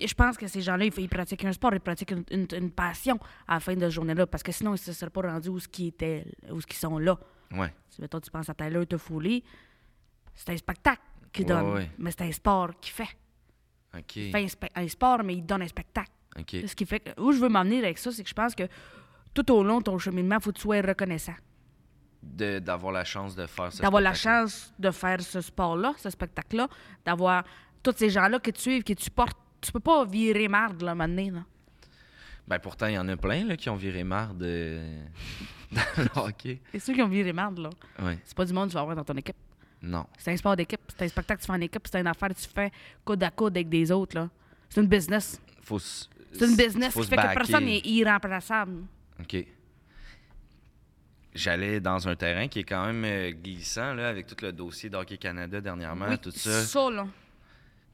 Speaker 3: je pense que ces gens-là, ils, ils pratiquent un sport, ils pratiquent une, une- une passion à la fin de la journée-là, parce que sinon, ils ne se seraient pas rendus où ce qui étaient, où ce qu'ils sont là.
Speaker 1: Ouais.
Speaker 3: Si, mettons, tu penses à Tyler Toffoli, c'est un spectacle qu'il
Speaker 1: Ouais,
Speaker 3: donne,
Speaker 1: ouais.
Speaker 3: mais c'est un sport qu'il fait.
Speaker 1: OK.
Speaker 3: Il fait un, spe- un sport, mais il donne un spectacle.
Speaker 1: OK.
Speaker 3: Ce qui fait que- où je veux m'en venir avec ça, c'est que je pense que tout au long de ton cheminement, il faut que tu sois reconnaissant.
Speaker 1: De- D'avoir la chance de faire ça.
Speaker 3: d'avoir la chance de faire ce sport-là, ce spectacle-là, d'avoir tous ces gens-là qui te suivent, qui te supportent. Tu peux pas virer marde, là, maintenant. Là.
Speaker 1: Ben, pourtant, il y en a plein là, qui ont viré marre de. dans le hockey.
Speaker 3: Et ceux qui ont viré marde, là,
Speaker 1: Ouais.
Speaker 3: c'est pas du monde que tu vas avoir dans ton équipe.
Speaker 1: Non.
Speaker 3: C'est un sport d'équipe, c'est un spectacle que tu fais en équipe, c'est une affaire que tu fais coude à coude avec des autres, là. C'est une business.
Speaker 1: Faut s-
Speaker 3: C'est une business
Speaker 1: faut
Speaker 3: qui
Speaker 1: se
Speaker 3: fait que
Speaker 1: backer.
Speaker 3: personne n'est irremplaçable.
Speaker 1: OK. J'allais dans un terrain qui est quand même euh, glissant, là, avec tout le dossier d'Hockey Canada dernièrement,
Speaker 3: Oui,
Speaker 1: tout ça.
Speaker 3: ça. là.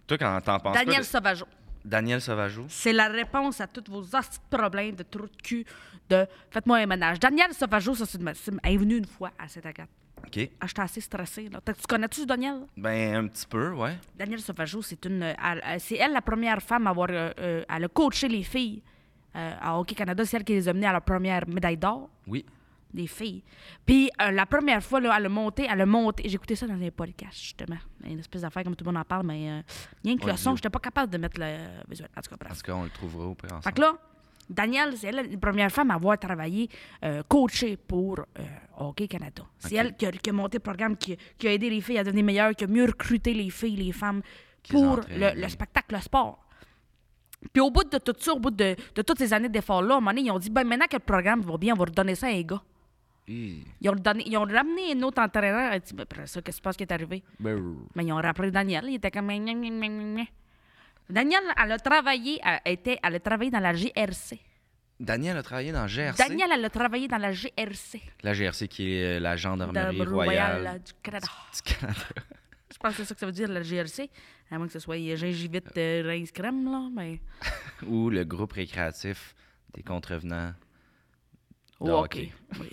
Speaker 1: Toi, quand t'en penses quoi
Speaker 3: Daniel
Speaker 1: de-
Speaker 3: Sauvageau.
Speaker 1: Daniel Sauvageau?
Speaker 3: C'est la réponse à tous vos hosties de problèmes de trou de cul, de faites-moi un ménage. Daniel Sauvageau, ça, c'est une maxime, est venu une fois à cette agate.
Speaker 1: OK.
Speaker 3: Ah, j'étais assez stressée. Là. T'as- Tu connais-tu Daniel?
Speaker 1: Ben, un petit peu, ouais.
Speaker 3: Daniel Sauvageau, c'est une, euh, elle- elle- c'est elle la première femme à avoir, euh, euh, elle a coaché les filles euh, à Hockey Canada. C'est elle qui les a menées à leur première médaille d'or,
Speaker 1: Oui.
Speaker 3: des filles. Puis euh, la première fois, là, elle a monté, elle a monté. J'écoutais ça dans les podcasts, justement. Une espèce d'affaire comme tout le monde en parle, mais euh, rien que
Speaker 1: Ouais,
Speaker 3: le son,
Speaker 1: bio.
Speaker 3: j'étais pas capable de mettre le visuel. En tout cas, bref.
Speaker 1: En tout cas, on le trouvera au pire
Speaker 3: Fait
Speaker 1: ensemble.
Speaker 3: que là, Danielle, c'est elle, la première femme à avoir travaillé, euh, coachée pour euh, Hockey Canada. C'est elle qui a, qui a monté le programme, qui, qui a aidé les filles à devenir meilleures, qui a mieux recruté les filles, les femmes
Speaker 1: Qu'ils
Speaker 3: pour
Speaker 1: entraînent.
Speaker 3: le, le spectacle, le sport. Puis au bout de tout ça, au bout de, de toutes ces années d'efforts-là, à un moment donné, ils ont dit, ben maintenant que le programme va bien, on va redonner ça à un gars.
Speaker 1: Hi.
Speaker 3: Ils ont, donné, ils ont ramené un autre entraîneur. Elle dit, ben après ça, qu'est-ce qui se passe qui est arrivé?
Speaker 1: Ben, euh,
Speaker 3: Mais ils ont rappelé Daniel. Il était comme. Gna, gna, gna, gna, gna. Daniel, elle a travaillé, elle, était, elle a travaillé dans la GRC.
Speaker 1: Daniel a travaillé dans GRC.
Speaker 3: Daniel, elle a travaillé dans la GRC.
Speaker 1: La GRC qui est euh, la gendarmerie
Speaker 3: de
Speaker 1: royale
Speaker 3: du Canada.
Speaker 1: du Canada.
Speaker 3: Je pense que c'est ça que ça veut dire, la GRC. À moins que ce soit euh, gingivite euh, rince crème, là, mais...
Speaker 1: Ou le groupe récréatif des contrevenants.
Speaker 3: Oh,
Speaker 1: Ah,
Speaker 3: OK.
Speaker 1: ok.
Speaker 3: Oui,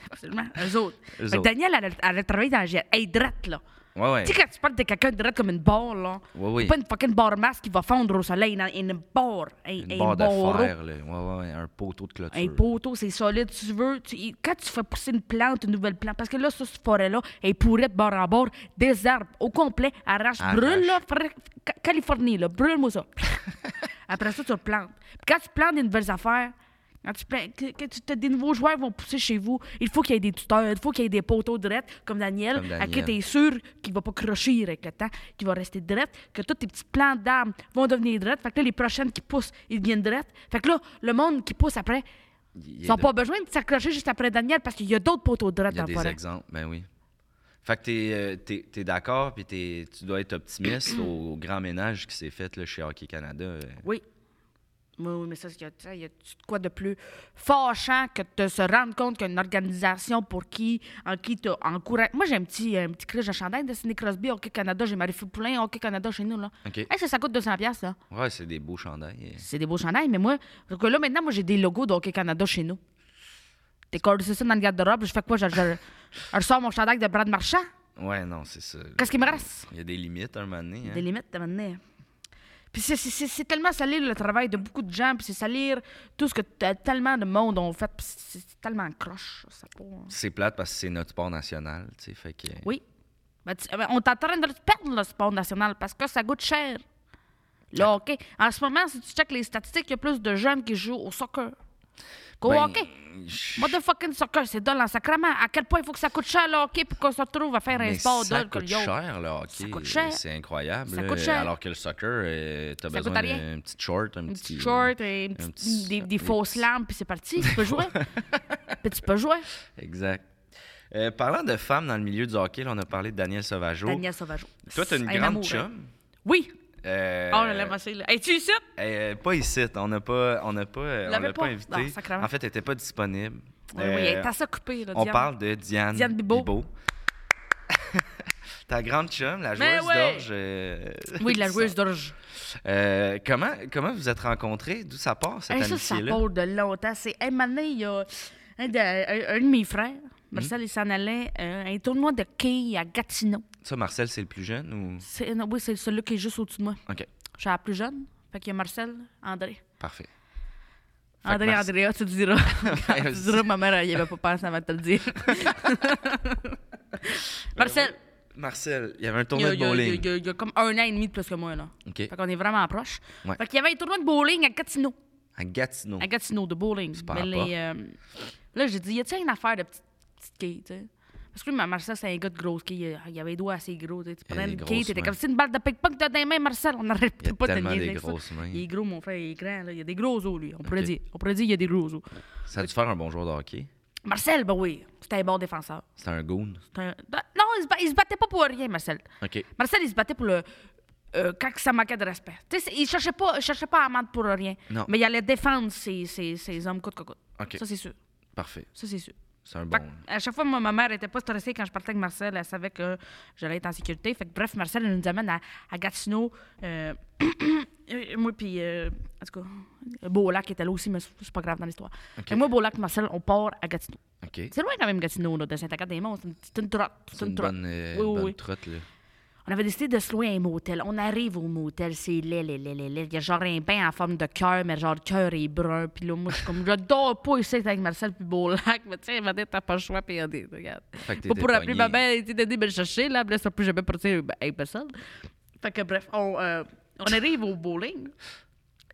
Speaker 3: absolument. Eux autres.
Speaker 1: Eux
Speaker 3: Fait que
Speaker 1: autres.
Speaker 3: Daniel, elle a, elle a travaillé dans la GRC. Hey, drette, là.
Speaker 1: Ouais, ouais.
Speaker 3: Tu sais, quand tu parles de quelqu'un drette comme une barre, là,
Speaker 1: Ouais, oui.
Speaker 3: pas une fucking barre masse qui va fondre au soleil, une, une barre, un,
Speaker 1: Une
Speaker 3: un
Speaker 1: barre de
Speaker 3: barreau.
Speaker 1: fer, là. Ouais, ouais, ouais, un poteau de clôture.
Speaker 3: Un poteau, c'est solide, tu veux. tu- il- quand tu fais pousser une plante, une nouvelle plante, parce que là, ça, cette forêt-là, elle pourrait de bord en bord, des arbres au complet, arrache,
Speaker 1: Arrache.
Speaker 3: brûle, là, fra- Ca- Californie, là, brûle-moi ça. Après ça, tu le plantes. Puis quand tu plantes des nouvelles affaires, quand tu plantes, que, que tu- t'as des nouveaux joueurs qui vont pousser chez vous, il faut qu'il y ait des tuteurs, il faut qu'il y ait des poteaux drettes, comme Daniel,
Speaker 1: Comme
Speaker 3: à qui
Speaker 1: Daniel.
Speaker 3: tu es sûr qu'il va pas crochir avec le temps, qu'il va rester drette, que tous tes petits plants d'arbres vont devenir drettes. Fait que là, les prochaines qui poussent, ils deviennent drettes. Fait que là, le monde qui pousse après,
Speaker 1: Il y a
Speaker 3: ils n'ont
Speaker 1: de-
Speaker 3: pas hein, besoin de s'accrocher juste après Daniel parce qu'il y a d'autres poteaux de
Speaker 1: Il y a
Speaker 3: droite en
Speaker 1: des
Speaker 3: forêt.
Speaker 1: exemples, ben oui. Fait que t'es, euh, t'es, t'es d'accord, puis t'es- tu dois être optimiste au, au grand ménage qui s'est fait là, chez Hockey Canada. euh.
Speaker 3: Oui. Oui, oui, mais ça, c'est- y a- tu sais, y a de quoi de plus fâchant que de se rendre compte qu'une organisation pour qui, en qui tu encouragé. Moi, j'ai un petit, un petit crèche de chandail de Sidney Crosby, OK Canada, j'ai Marie-Fou Poulain, OK Canada chez nous, là.
Speaker 1: OK.
Speaker 3: Hey, ça, ça coûte 200$, piastres, là.
Speaker 1: Ouais, c'est des beaux chandails. euh.
Speaker 3: C'est des beaux chandails, mais moi, donc là, maintenant, moi, j'ai des logos de Hockey Canada chez nous. T'es collé ça dans le garde-robe, je fais quoi? Je, je- je ressors mon chandail de Brad Marchand.
Speaker 1: Ouais, non, c'est ça.
Speaker 3: Qu'est-ce qui me reste?
Speaker 1: Il y a des limites à un moment donné. hein.
Speaker 3: des limites de maintenant. Puis c'est- c'est- c'est c'est tellement salir le travail de beaucoup de gens, puis c'est salir tout ce que t- tellement de monde ont fait, puis c'est c'est tellement croche, ça pas-
Speaker 1: C'est plate parce que c'est notre sport national, tu sais, fait que...
Speaker 3: hein. Oui. Ben, tu- ben, on est en train de le perdre, le sport national, parce que ça coûte cher. Là, OK. En ce moment, si tu checkes les statistiques, il y a plus de jeunes qui jouent au soccer qu'au
Speaker 1: Ben,
Speaker 3: hockey.
Speaker 1: je-
Speaker 3: Motherfucking soccer, c'est dole en sacrement. À quel point il faut que ça coûte cher, le hockey, pour qu'on se retrouve à faire un
Speaker 1: mais
Speaker 3: sport
Speaker 1: ça
Speaker 3: dole que
Speaker 1: coûte
Speaker 3: le yo.
Speaker 1: cher, là, hockey.
Speaker 3: Ça coûte cher.
Speaker 1: C'est incroyable.
Speaker 3: Ça
Speaker 1: là.
Speaker 3: coûte cher.
Speaker 1: Alors que le soccer, euh, t'as
Speaker 3: Ça
Speaker 1: besoin
Speaker 3: coûte à rien.
Speaker 1: d'un petit short, un
Speaker 3: Un
Speaker 1: petit...
Speaker 3: petit short, et une
Speaker 1: un
Speaker 3: petite-
Speaker 1: petit-
Speaker 3: des, des
Speaker 1: un
Speaker 3: fausses
Speaker 1: petit-
Speaker 3: lampes, puis c'est parti. Tu peux jouer. puis tu peux jouer.
Speaker 1: Exact. Euh, parlant de femmes dans le milieu du hockey, là, on a parlé de Daniel Sauvageau.
Speaker 3: Daniel Sauvageau.
Speaker 1: Toi, t'as une
Speaker 3: Un
Speaker 1: grande
Speaker 3: amoureux.
Speaker 1: chum.
Speaker 3: Oui.
Speaker 1: Euh,
Speaker 3: Oh, là là, moi, c'est là. Es-tu ici?
Speaker 1: euh, pas ici, on n'a pas, on n'a pas, euh, on
Speaker 3: l'avez
Speaker 1: l'a pas,
Speaker 3: pas?
Speaker 1: invité.
Speaker 3: Ah, sacrément.
Speaker 1: en fait, elle n'était pas disponible.
Speaker 3: Oui,
Speaker 1: Euh,
Speaker 3: oui, elle est assez coupée, là,
Speaker 1: on
Speaker 3: Diane.
Speaker 1: parle de Diane,
Speaker 3: Diane Bibeau.
Speaker 1: Ta grande chum, la
Speaker 3: Mais
Speaker 1: joueuse
Speaker 3: ouais.
Speaker 1: d'orge. euh,
Speaker 3: Oui, de la joueuse d'orge.
Speaker 1: Euh, comment, comment vous êtes rencontrés? D'où ça part, cette
Speaker 3: Hey, ça, ça
Speaker 1: amitié-là?
Speaker 3: part de longtemps. C'est un moment donné, il y a un de, un- un de mes frères,
Speaker 1: Hmm?
Speaker 3: Marcel, il s'en allait euh, à un tournoi de quilles à Gatineau.
Speaker 1: Ça, Marcel, c'est le plus jeune ou...
Speaker 3: C'est- non, oui, c'est celui qui est juste au-dessus de moi.
Speaker 1: OK,
Speaker 3: Je suis la plus jeune. Fait qu'il y a Marcel, André.
Speaker 1: parfait. Fait que
Speaker 3: André,
Speaker 1: Marce-
Speaker 3: Andrea, tu te diras. tu te diras, ma mère, elle n'y avait pas pensé avant de te le dire. Marcel,
Speaker 1: Marcel, il y avait un
Speaker 3: il y, a,
Speaker 1: Euh, tournoi
Speaker 3: il
Speaker 1: de
Speaker 3: y a-
Speaker 1: bowling.
Speaker 3: il y a- il y a comme un an et demi de plus que moi, là.
Speaker 1: OK.
Speaker 3: Fait qu'on est vraiment proches.
Speaker 1: Ouais.
Speaker 3: Fait qu'il y avait un tournoi de bowling à Gatineau.
Speaker 1: À Gatineau.
Speaker 3: à Gatineau, de bowling.
Speaker 1: par
Speaker 3: Mais
Speaker 1: rapport.
Speaker 3: les, euh, là, j'ai dit, y a-t-il une affaire de petite, petite quille, tu sais? Parce que lui, ma- Marcel, c'est un gars de grosse quille. Il avait les doigts assez gros. tu sais. Tu
Speaker 1: Il a
Speaker 3: prenais
Speaker 1: des
Speaker 3: une quille,
Speaker 1: grosses
Speaker 3: t'étais
Speaker 1: mains.
Speaker 3: comme si une balle de ping-pong t'as dans les mains, Marcel. On
Speaker 1: Il a
Speaker 3: n'arrête pas de
Speaker 1: tellement
Speaker 3: niaiser
Speaker 1: des
Speaker 3: avec ça.
Speaker 1: grosses mains.
Speaker 3: Il est gros, mon frère, il est grand. là. Il a des gros os, lui. On pourrait
Speaker 1: Ok.
Speaker 3: dire. On pourrait dire qu'il y a des gros os.
Speaker 1: Ça a dû faire un bon joueur de hockey.
Speaker 3: Marcel, ben oui, c'était un bon défenseur.
Speaker 1: C'était un goon.
Speaker 3: C'était un- Non, il se, bat- il se battait pas pour rien, Marcel.
Speaker 1: OK.
Speaker 3: Marcel, il se battait pour le. euh, quand ça manquait de respect. Tu sais, c'est- il cherchait pas, il cherchait pas à amende pour rien.
Speaker 1: Non.
Speaker 3: Mais il allait défendre ses, ses- ses hommes coûte que coûte.
Speaker 1: OK.
Speaker 3: Ça, c'est sûr.
Speaker 1: Parfait.
Speaker 3: Ça, c'est sûr.
Speaker 1: C'est un bon.
Speaker 3: Fait que, à chaque fois, moi, ma mère était pas stressée quand je partais avec Marcel. Elle savait que j'allais être en sécurité. Fait que, bref, Marcel, elle nous amène à, à Gatineau. euh, moi, puis, euh, en tout cas, Beaulac était là aussi, mais c'est c'est pas grave dans l'histoire. Fait que Moi, Beaulac, Marcel, on part à Gatineau.
Speaker 1: OK.
Speaker 3: C'est loin quand même, Gatineau, là, de Saint-Agathe-des-Monts. C'est une, c'est une trotte.
Speaker 1: C'est une
Speaker 3: trotte.
Speaker 1: bonne, euh,
Speaker 3: Oui, oui,
Speaker 1: bonne
Speaker 3: oui.
Speaker 1: trotte, là.
Speaker 3: On avait décidé de se louer un motel. On arrive au motel, c'est laid, laid, laid, laid, laid. Il y a genre un bain en forme de cœur, mais genre le cœur est brun. Puis là, moi, je suis comme, je dors pas ici avec Marcel puis Beaulac. Mais tiens, maintenant, t'as pas le choix, puis regardez, regarde.
Speaker 1: Fait que
Speaker 3: Pas
Speaker 1: t'étais
Speaker 3: pour appeler
Speaker 1: pogné.
Speaker 3: ma mère, et t'es dit, me chercher, là, mais là, ça plus jamais partir avec personne. Fait que bref, on, euh, on arrive au bowling.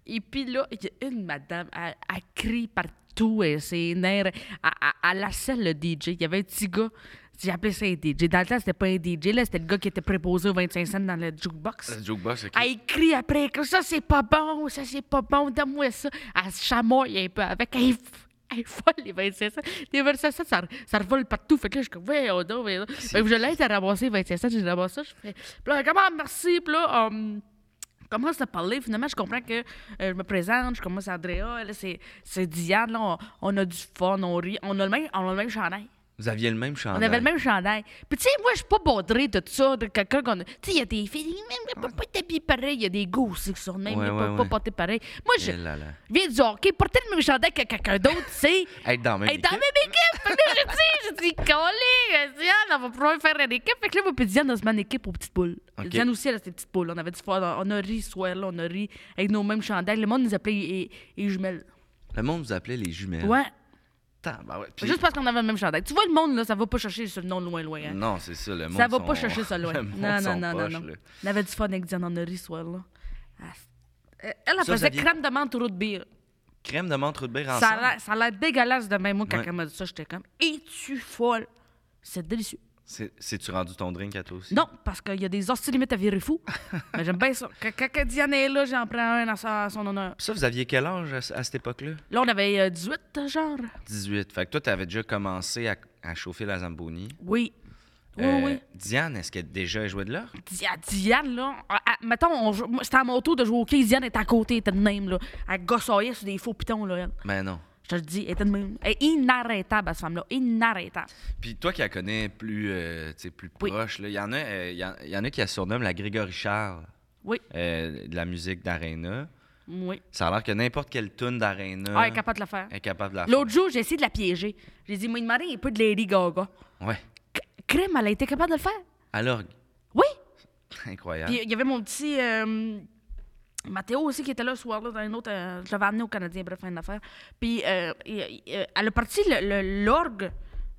Speaker 3: Et puis là, il y a une madame, elle, elle crie partout, elle s'est nerfs. Elle, elle, elle laçait le DJ. Il y avait un petit gars, j'ai appelé ça un DJ. Dans le temps, c'était pas un DJ, là, c'était le gars qui était préposé aux 25 cents dans le jukebox.
Speaker 1: Le jukebox, OK.
Speaker 3: Elle crie après, elle crie, ça c'est pas bon, ça c'est pas bon, donne-moi ça. Elle se chamoille un peu avec, elle est f- elle est folle, les 25 cents. Les 25 cents, ça, ça revole partout. Fait que là, je suis comme, voyons donc, voyons donc. Ben, Fait que je l'aide à ramasser les 25 cents, je les ramasse ça, je fais, puis là, comment, merci, puis là, hum, commence à parler. Finalement, je comprends que euh, je me présente, je commence à Andrea, là, c'est, c'est Diane, là, on, on a du fun, on rit, on a le même, on a le même chandail.
Speaker 1: Vous aviez le même chandail.
Speaker 3: On avait le même chandail. Puis tu sais, moi, je suis pas baudrée de ça, de quelqu'un qu'on a... Tu sais, il y a des filles, même pas, pas habillées pareil, il y a des gars aussi qui sont de même,
Speaker 1: Ouais,
Speaker 3: ils
Speaker 1: ouais,
Speaker 3: peuvent
Speaker 1: ouais.
Speaker 3: pas porter pareil. Moi, je
Speaker 1: Eh là là.
Speaker 3: viens du hockey, porter le même chandail que quelqu'un d'autre, tu sais.
Speaker 1: Être dans la même
Speaker 3: Elle est dans la
Speaker 1: équipe.
Speaker 3: même équipe! Fait que là, je dis, je dis, collé! Je dis, ah, on va pouvoir faire une équipe. Fait que là, moi, puis Diane, on se met en équipe aux petites boules.
Speaker 1: Ok.
Speaker 3: Diane aussi, elle a ses petites boules. On avait du fun. On a ri ce soir-là, on a ri avec nos mêmes chandelles. Le monde nous appelait et, et jumelles.
Speaker 1: Le monde vous appelait les jumelles.
Speaker 3: Ouais.
Speaker 1: Tabarouette. Puis-
Speaker 3: Juste parce qu'on avait le même chandail. Tu vois, le monde, là, ça va pas chercher sur le nom loin, loin. hein.
Speaker 1: Non, c'est ça, le monde.
Speaker 3: Ça va pas
Speaker 1: sont-
Speaker 3: chercher ça loin.
Speaker 1: le monde
Speaker 3: Non, non,
Speaker 1: sont
Speaker 3: non, non,
Speaker 1: poches,
Speaker 3: non.
Speaker 1: là.
Speaker 3: On avait du fun avec Diane, on a ri ce soir-là. Ah, c'est- Elle, elle
Speaker 1: Ça,
Speaker 3: faisait
Speaker 1: ça vient-
Speaker 3: crème de menthe au roux de bière.
Speaker 1: Crème de montre de bière
Speaker 3: Ça a
Speaker 1: ensemble.
Speaker 3: l'air- ça a l'air dégueulasse de même. Moi, quand
Speaker 1: Ouais.
Speaker 3: elle m'a dit ça, j'étais comme, es-tu folle? C'est délicieux.
Speaker 1: C'est- C'est-tu rendu ton drink à toi aussi?
Speaker 3: Non, parce qu'il y a des hosties limites à virer fou. Mais j'aime bien ça. Quand, quand- quand Diane est là, j'en prends un à, sa- à son honneur.
Speaker 1: Puis Ça, vous aviez quel âge à, à cette époque-là?
Speaker 3: Là, on avait euh, 18, genre.
Speaker 1: 18. Fait que toi, t'avais déjà commencé à, à chauffer la Zamboni.
Speaker 3: Oui. Oui,
Speaker 1: Euh.
Speaker 3: oui.
Speaker 1: Diane, est-ce qu'elle a déjà joué de l'or?
Speaker 3: Dia- Diane, là, ah, ah, mettons, on joue- moi, c'était à mon tour de jouer au quai. Diane était à côté, elle était de même, là. Elle gossoyait sur des faux pitons, là, elle.
Speaker 1: Ben non.
Speaker 3: Je te le dis, elle était de même. Elle est inarrêtable, à cette femme-là. Inarrêtable.
Speaker 1: Puis toi qui la connais plus, euh, tu sais, plus
Speaker 3: Oui.
Speaker 1: proche, là, il y, en a, euh, il y en- il y en a qui la surnomment la Grégory Charles
Speaker 3: Oui,
Speaker 1: euh, de la musique d'Arena.
Speaker 3: oui.
Speaker 1: Ça a l'air que n'importe quelle tune d'Arena
Speaker 3: Ah, elle est capable de le faire.
Speaker 1: Euh, est capable de la
Speaker 3: L'autre jour, j'ai essayé de la piéger. J'ai dit, moi, demandez un peu de Lady Gaga.
Speaker 1: faire. Ouais.
Speaker 3: C- Crème, elle a été capable de le faire.
Speaker 1: À l'orgue.
Speaker 3: Oui.
Speaker 1: Incroyable.
Speaker 3: Puis il y avait mon petit euh, Mathéo aussi qui était là ce soir-là dans un autre. euh, je l'avais amené au Canadien, bref, une affaire. Puis euh, il- il- euh, elle a parti le- le- l'orgue,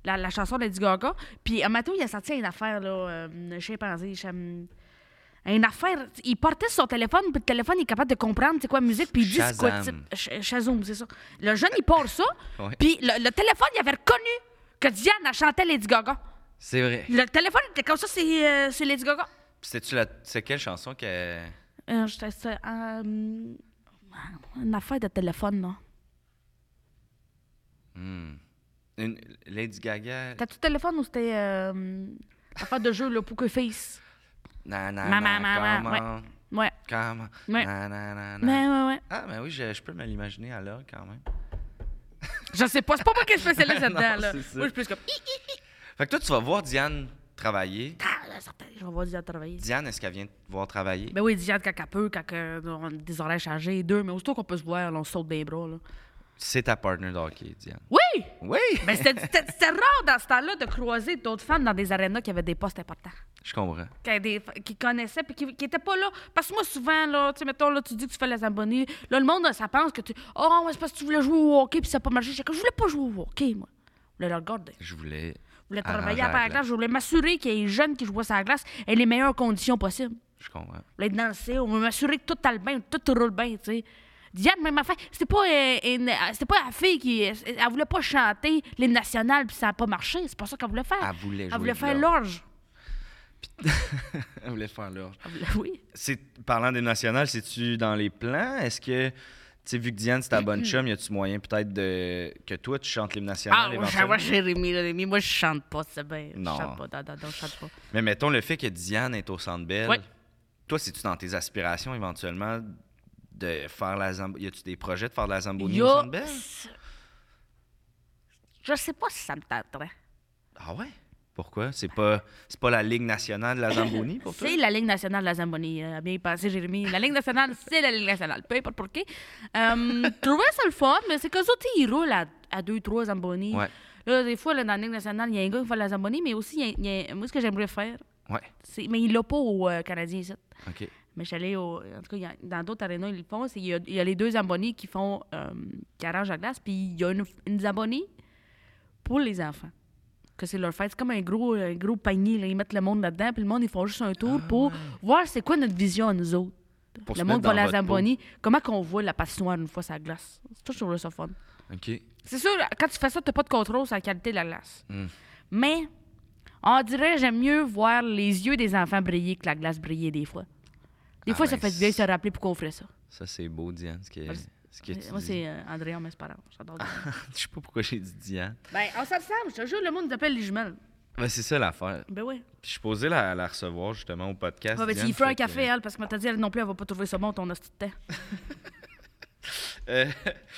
Speaker 3: la, la chanson de Lady Gaga. Puis euh, Mathéo, il a sorti une affaire, là, euh, chimpanzé, cham- une affaire. Il portait sur son téléphone, puis le téléphone, il est capable de comprendre c'est quoi la musique, puis il dit c'est quoi le
Speaker 1: Shazam.
Speaker 3: type. Ch- Shazoom, c'est ça. Le jeune, il porte ça,
Speaker 1: Ouais.
Speaker 3: puis le, le téléphone, il avait reconnu que Diane, elle chantait Lady Gaga.
Speaker 1: C'est vrai.
Speaker 3: Le téléphone, il était comme ça, c'est euh, c'est Lady Gaga.
Speaker 1: C'est-tu la... C'est quelle chanson que...
Speaker 3: Euh, je te- c'est, euh, une affaire de téléphone, là.
Speaker 1: Une... Lady Gaga...
Speaker 3: T'as-tu téléphone ou c'était euh, affaire de jeu, là, Poker Face?
Speaker 1: Na, na,
Speaker 3: Maman,
Speaker 1: na,
Speaker 3: maman, ouais.
Speaker 1: comment,
Speaker 3: Ouais.
Speaker 1: comment,
Speaker 3: Ouais.
Speaker 1: na, na, na, na.
Speaker 3: Ouais, ouais, ouais.
Speaker 1: Ah, ben oui, je, je peux me l'imaginer à l'orgue quand même.
Speaker 3: Je sais pas, c'est pas moi qui est spécialiste
Speaker 1: Non,
Speaker 3: là-dedans, là.
Speaker 1: c'est ça.
Speaker 3: Moi, je suis plus comme. Hi, hi.
Speaker 1: Fait que toi, tu vas voir Diane travailler.
Speaker 3: Ah, là, certain, Je vais voir Diane travailler.
Speaker 1: Diane, est-ce qu'elle vient te voir travailler?
Speaker 3: Ben oui, Diane, quand elle peut, quand euh, on a des oreilles chargées, deux, mais aussitôt qu'on peut se voir, là, on saute des bras, là.
Speaker 1: C'est ta partner de hockey, Diane.
Speaker 3: Oui!
Speaker 1: Oui!
Speaker 3: Mais c'était c'était- c'était rare dans ce temps-là de croiser d'autres femmes dans des arénas qui avaient des postes importants.
Speaker 1: Je comprends.
Speaker 3: qu'il y a des- qui connaissaient puis qui, qui étaient pas là. Parce que moi, souvent, là, tu sais, mettons, là, tu dis que tu fais les abonnés. Là, le monde, ça pense que tu. Oh, ouais, c'est parce que tu voulais jouer au hockey puis ça n'a pas marché. Je je voulais pas jouer au hockey, moi. Je voulais le regarder.
Speaker 1: Je voulais.
Speaker 3: Je voulais
Speaker 1: arranger
Speaker 3: travailler après la glace. Je voulais m'assurer qu'il y ait les jeunes qui jouent sur la glace et les meilleures conditions possibles.
Speaker 1: Je comprends.
Speaker 3: Je voulais être danser. On voulait m'assurer que tout allait bien, que tout roule bien, tu sais. Diane, même affaire. C'était pas, euh, une- c'était pas la fille qui. euh, Elle voulait pas chanter l'hymne national puis ça n'a pas marché. C'est pas ça qu'elle voulait faire.
Speaker 1: Elle voulait jouer
Speaker 3: Elle voulait
Speaker 1: de
Speaker 3: faire
Speaker 1: l'orgue.
Speaker 3: l'orge.
Speaker 1: Je voulais faire l'orge.
Speaker 3: Elle voulait- Oui.
Speaker 1: C'est Parlant des nationales, c'est-tu dans les plans? Est-ce que, tu sais, vu que Diane, c'est ta bonne chum, y a-tu moyen peut-être de que toi, tu chantes l'hymne
Speaker 3: Ah,
Speaker 1: national
Speaker 3: ouais,
Speaker 1: éventuellement?
Speaker 3: ouais, Jérémy, là, Jérémy, moi, je chante pas, c'est bien.
Speaker 1: Non.
Speaker 3: Je chante pas, non, non, non, je chante pas.
Speaker 1: Mais mettons le fait que Diane est au Centre Bell.
Speaker 3: Ouais.
Speaker 1: Toi, c'est-tu dans tes aspirations éventuellement de faire la Zamboni? Y a-tu des projets de faire de la Zamboni
Speaker 3: Yo,
Speaker 1: au Centre Bell?
Speaker 3: Je sais pas si ça me tenterait.
Speaker 1: Ah ouais? Pourquoi? C'est pas, c'est pas la Ligue nationale de la Zamboni pour toi?
Speaker 3: C'est la Ligue nationale de la Zamboni. euh, bien y penser, Jérémy. La Ligue nationale, c'est la Ligue nationale. Peu importe pour qui. Euh, je trouvais ça le fun, mais c'est que ça, ils roulent à, à deux, trois Zamboni.
Speaker 1: Ouais.
Speaker 3: Là, des fois, là, dans la Ligue nationale, il y a un gars qui fait la Zamboni, mais aussi, il y a- il y a- moi, ce que j'aimerais faire,
Speaker 1: Ouais.
Speaker 3: c'est. Mais il l'a pas au euh, Canadien, ici.
Speaker 1: OK.
Speaker 3: Mais j'allais au. En tout cas, il y a- dans d'autres arénas, ils le font. c'est- Il y, a- il y a les deux abonnés qui font. Euh, qui arrangent la glace. Puis il y a une, une abonnée pour les enfants. Que c'est leur fête. C'est comme un gros, un gros panier. là. Ils mettent le monde là-dedans. Puis le monde, ils font juste un tour pour voir c'est quoi notre vision à nous autres.
Speaker 1: Pour se
Speaker 3: le monde
Speaker 1: mettre dans
Speaker 3: va la
Speaker 1: votre peau.
Speaker 3: Zamboni. Comment qu'on voit la patinoire une fois sur la glace? C'est toujours trouve ça fun.
Speaker 1: OK.
Speaker 3: C'est sûr, quand tu fais ça, tu pas de contrôle sur la qualité de la glace.
Speaker 1: Hmm.
Speaker 3: Mais on dirait j'aime mieux voir les yeux des enfants briller que la glace briller des fois. Des
Speaker 1: Ah
Speaker 3: fois,
Speaker 1: ben,
Speaker 3: ça fait du bien de se
Speaker 1: c'est-
Speaker 3: rappeler pourquoi on ferait ça.
Speaker 1: Ça, c'est beau, Diane, ce que, ce que tu
Speaker 3: Moi,
Speaker 1: dis.
Speaker 3: c'est euh, Andréa, mais c'est pas grave, J'adore. Diane.
Speaker 1: Je sais pas pourquoi j'ai dit Diane.
Speaker 3: ben, on s'en ressemble. Je te jure, le monde nous appelle les jumelles.
Speaker 1: Ben, c'est ça l'affaire.
Speaker 3: Ben oui.
Speaker 1: Puis je suis posé la, la recevoir justement au podcast.
Speaker 3: Ouais, ben,
Speaker 1: Diane,
Speaker 3: il fait un
Speaker 1: fait que-
Speaker 3: café, elle, parce que m'a dit, elle non plus, elle va pas trouver ça bon, ton hostie de temps.
Speaker 1: Euh,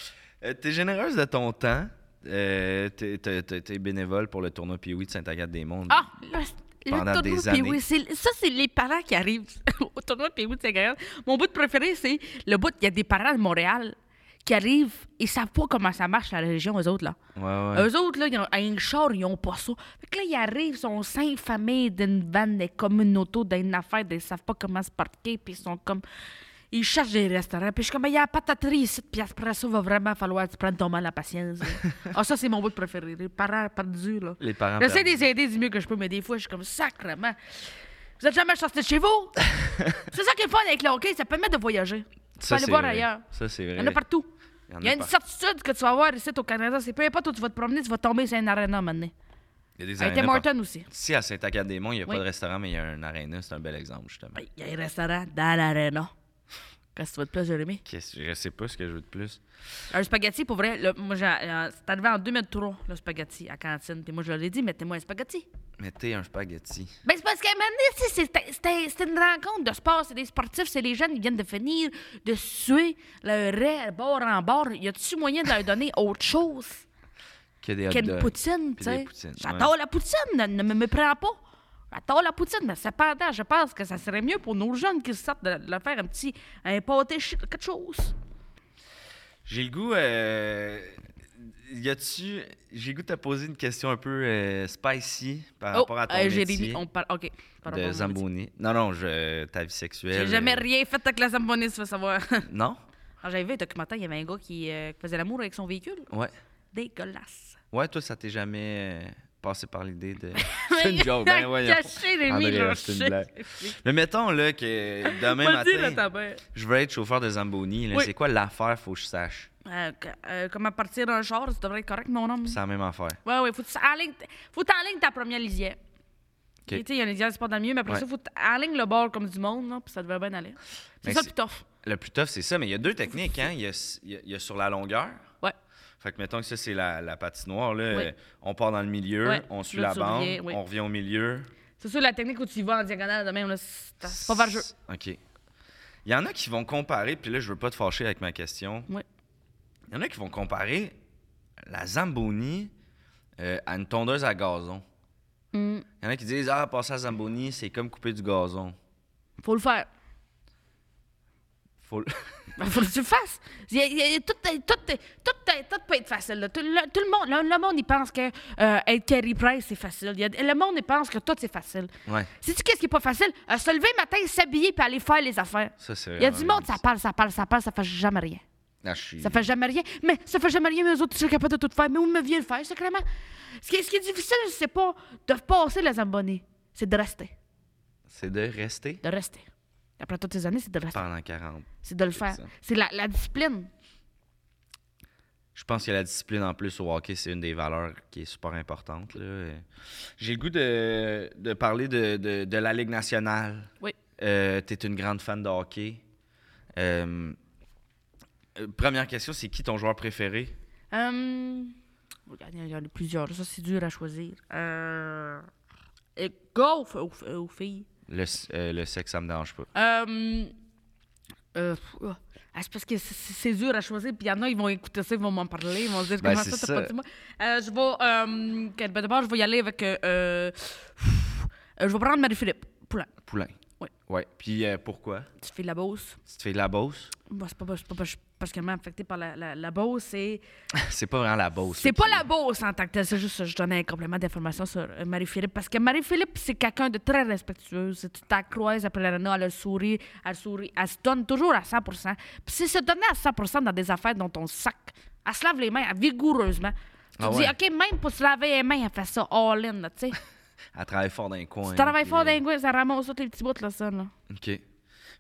Speaker 1: euh, t'es généreuse de ton temps. Euh, t'es, t'es- t'es- t'es bénévole pour le tournoi Pioui de Saint-Agathe-des-Mondes.
Speaker 3: Ah! Le, le
Speaker 1: Pendant
Speaker 3: tournoi
Speaker 1: des
Speaker 3: Pee-wee,
Speaker 1: années.
Speaker 3: c'est- ça, c'est les parents qui arrivent au tournoi Pee-Wee de Saint-Gaël. Mon bout de préféré, c'est le bout il y a des parents de Montréal qui arrivent et savent pas comment ça marche la région, eux autres, là.
Speaker 1: Ouais, ouais.
Speaker 3: Eux autres, là, ils ont un char, ils ont pas ça. Fait que là, ils arrivent, ils sont cinq familles d'une vanne, des communes auto, d'une affaire, ils savent pas comment se parquer, puis ils sont comme... Ils cherchent des restaurants, puis je suis comme, Ben, il y a la pataterie ici, puis après ça, va vraiment falloir que tu prennes ton mal à patience. là. ah, ça, c'est mon bout de préféré, les parents perdus, là.
Speaker 1: Les parents
Speaker 3: J'essaie de
Speaker 1: perdus.
Speaker 3: les aider du mieux que je peux, mais des fois, je suis comme, sacrement. Vous êtes jamais sortis de chez vous? c'est ça qui est le fun avec le hockey, ça permet de voyager. Tu peux
Speaker 1: Ça,
Speaker 3: aller
Speaker 1: c'est
Speaker 3: voir
Speaker 1: vrai.
Speaker 3: ailleurs.
Speaker 1: Ça, c'est
Speaker 3: Il
Speaker 1: vrai.
Speaker 3: y en a partout.
Speaker 1: Il y en
Speaker 3: Il y a
Speaker 1: a
Speaker 3: une
Speaker 1: par-
Speaker 3: certitude que tu vas avoir ici au Canada. C'est peu importe où tu vas te promener, tu vas tomber sur un aréna maintenant.
Speaker 1: Il y a des
Speaker 3: À
Speaker 1: arénas
Speaker 3: Morton
Speaker 1: par-
Speaker 3: aussi.
Speaker 1: Ici, à Saint-Agathe-des-Monts, il n'y a
Speaker 3: Oui.
Speaker 1: pas de restaurant, mais il y a un aréna. C'est un bel exemple, justement.
Speaker 3: Il y a un restaurant dans l'aréna. Qu'est-ce que tu veux de plus, Jérémy?
Speaker 1: Qu'est-ce- Je sais pas ce que je veux de plus.
Speaker 3: Un spaghetti, pour vrai, là, moi, j'ai- euh, c'est arrivé en 2003, le spaghetti, à cantine. Puis moi, je leur ai dit, mettez-moi un spaghetti.
Speaker 1: Mettez un spaghetti.
Speaker 3: Ben, c'est parce qu'à un moment donné, tu sais, c'était- c'était c'était une rencontre de sport. C'est des sportifs, c'est les jeunes, ils viennent de finir, de suer leur raie bord en bord. Y a-tu moyen de leur donner autre chose
Speaker 1: Que des hot
Speaker 3: qu'une
Speaker 1: dogs.
Speaker 3: poutine, tu
Speaker 1: Puis des
Speaker 3: sais?
Speaker 1: poutines, ouais.
Speaker 3: J'adore la poutine, ne, ne me méprends pas. J'adore la poutine, mais cependant, je pense que ça serait mieux pour nos jeunes qui sortent de, de leur faire un petit un pâté, chi- quelque chose.
Speaker 1: J'ai le goût. Euh... Y a-tu. J'ai le goût de te poser une question un peu euh, spicy par rapport à ton
Speaker 3: euh,
Speaker 1: métier
Speaker 3: Jérémy, on parle. OK.
Speaker 1: de
Speaker 3: par rapport à mon métier.
Speaker 1: Zamboni. Non, non, je... ta vie sexuelle.
Speaker 3: J'ai jamais
Speaker 1: euh,
Speaker 3: rien fait avec la Zamboni, tu veux savoir.
Speaker 1: Non?
Speaker 3: Alors, J'avais vu un documentaire, il y avait un gars qui euh, qui faisait l'amour avec son véhicule.
Speaker 1: Ouais.
Speaker 3: Dégueulasse.
Speaker 1: Ouais, toi, ça t'est jamais euh, passé par l'idée de. c'est une joke, ben voyons.
Speaker 3: Caché, les
Speaker 1: André,
Speaker 3: mille,
Speaker 1: c'est une blague. Mais mettons là que demain
Speaker 3: Vas-y, là,
Speaker 1: matin,
Speaker 3: ta mère.
Speaker 1: je veux être chauffeur de Zamboni. là.
Speaker 3: Oui.
Speaker 1: C'est quoi l'affaire, faut que je sache?
Speaker 3: Euh, que- euh, comment partir un char, ça devrait être correct, mon homme.
Speaker 1: C'est la même affaire.
Speaker 3: Ouais, ouais, faut que tu enlignes- faut t'enlignes ta première lisière.
Speaker 1: OK.
Speaker 3: Et Tu sais, il y a un lisière, c'est pas dans le mieux, mais après
Speaker 1: Ouais.
Speaker 3: ça, faut t'enlignes le bord comme du monde, là, puis ça devrait bien aller.
Speaker 1: Mais
Speaker 3: C'est ça,
Speaker 1: c'est-
Speaker 3: puis tough.
Speaker 1: Le plus tough, c'est ça, mais il y a deux techniques. Hein? Il, y a, il y a- il y a sur la longueur.
Speaker 3: Ouais.
Speaker 1: Fait que mettons que ça, c'est la, la patinoire. Là.
Speaker 3: Oui.
Speaker 1: Euh, On part dans le milieu,
Speaker 3: Ouais.
Speaker 1: on suit
Speaker 3: Là,
Speaker 1: la
Speaker 3: tu
Speaker 1: bande,
Speaker 3: reviens, oui.
Speaker 1: on revient au milieu.
Speaker 3: C'est sûr, la technique où tu y vas en diagonale de même, là, c'est c'est pas vers jeu.
Speaker 1: OK. Il y en a qui vont comparer, puis là, je veux pas te fâcher avec ma question.
Speaker 3: Ouais.
Speaker 1: Il y en a qui vont comparer la Zamboni euh, à une tondeuse à gazon.
Speaker 3: Hum,
Speaker 1: Il y en a qui disent Ah, passer à Zamboni, c'est comme couper du gazon.
Speaker 3: faut le faire.
Speaker 1: Faut... le-
Speaker 3: Ben, faut que tu le fasses. Il y a- il y a- tout, tout, tout, tout peut être facile. là. Tout, le, tout le monde, le, le monde, il pense que euh, être Carrie Price, c'est facile. Il y a- le monde, il pense que tout, c'est facile.
Speaker 1: Ouais,
Speaker 3: Sais-tu qu'est-ce qui est pas facile? Euh, se lever le matin, s'habiller puis aller faire les affaires.
Speaker 1: ça, c'est
Speaker 3: Il y a
Speaker 1: vraiment
Speaker 3: du monde,
Speaker 1: bien
Speaker 3: ça
Speaker 1: dit.
Speaker 3: parle, ça parle, ça parle, ça fait jamais rien.
Speaker 1: Ah, je suis-
Speaker 3: Ça fait jamais rien. Mais ça fait jamais rien, mais eux autres, ils sont capables de tout faire. Mais où me vient le faire, secrètement? Ce qui, ce qui est difficile, c'est pas de passer les abonnés, c'est de rester.
Speaker 1: C'est de rester
Speaker 3: De rester. Après toutes ces années, c'est de rester.
Speaker 1: pendant 40.
Speaker 3: C'est de le faire.
Speaker 1: Ah, ça.
Speaker 3: C'est la, la discipline.
Speaker 1: Je pense que la discipline en plus au hockey, c'est une des valeurs qui est super importante. là. Euh, J'ai le goût de, de parler de, de- de la Ligue nationale.
Speaker 3: Oui.
Speaker 1: tu es une grande fan de hockey. Euh, euh, première question, c'est qui ton joueur préféré?
Speaker 3: Euh, regarde, il y en a plusieurs. Ça, c'est dur à choisir. Euh, et go f- aux, aux filles.
Speaker 1: Le, s- euh, le sexe, ça me dérange pas.
Speaker 3: Euh, euh, pff, ah, c'est parce que c'est- c'est c'est dur à choisir. Puis il y en a, ils vont écouter ça, ils vont m'en parler. Ils vont dire
Speaker 1: Ben,
Speaker 3: comment
Speaker 1: c'est
Speaker 3: ça,
Speaker 1: ça.
Speaker 3: t'as pas dit moi. Euh, je vais. Euh, que- ben, D'abord, je vais y aller avec. euh, euh, pff, euh, je vais prendre Marie-Philippe Poulin.
Speaker 1: Poulain.
Speaker 3: Oui.
Speaker 1: Ouais. Puis euh, pourquoi?
Speaker 3: Tu fais la Beauce.
Speaker 1: Tu te fais de la bosse?
Speaker 3: Moi, c'est pas, c'est pas, parce- parce qu'elle m'a affectée par la, la, la Beauce. C'est.
Speaker 1: c'est pas vraiment la bosse.
Speaker 3: C'est pas la bourse en tant que telle, c'est juste ça. Je donnais un complément d'information sur euh, Marie-Philippe parce que Marie-Philippe, c'est quelqu'un de très respectueux. C'est tu la croises après l'arena, elle a le sourit, elle sourit, elle se donne toujours à 100 Puis c'est se donner à 100 dans des affaires dont on sac. Elle se lave les mains elle, vigoureusement. Tu
Speaker 1: Ah
Speaker 3: dis,
Speaker 1: ouais.
Speaker 3: OK, même pour se laver les mains, elle fait ça all-in, tu sais.
Speaker 1: Elle travaille fort dans les coins.
Speaker 3: Tu travailles
Speaker 1: puis,
Speaker 3: fort
Speaker 1: euh,
Speaker 3: d'un goût, ça ramasse tous les petits bouts, là, ça, là.
Speaker 1: OK.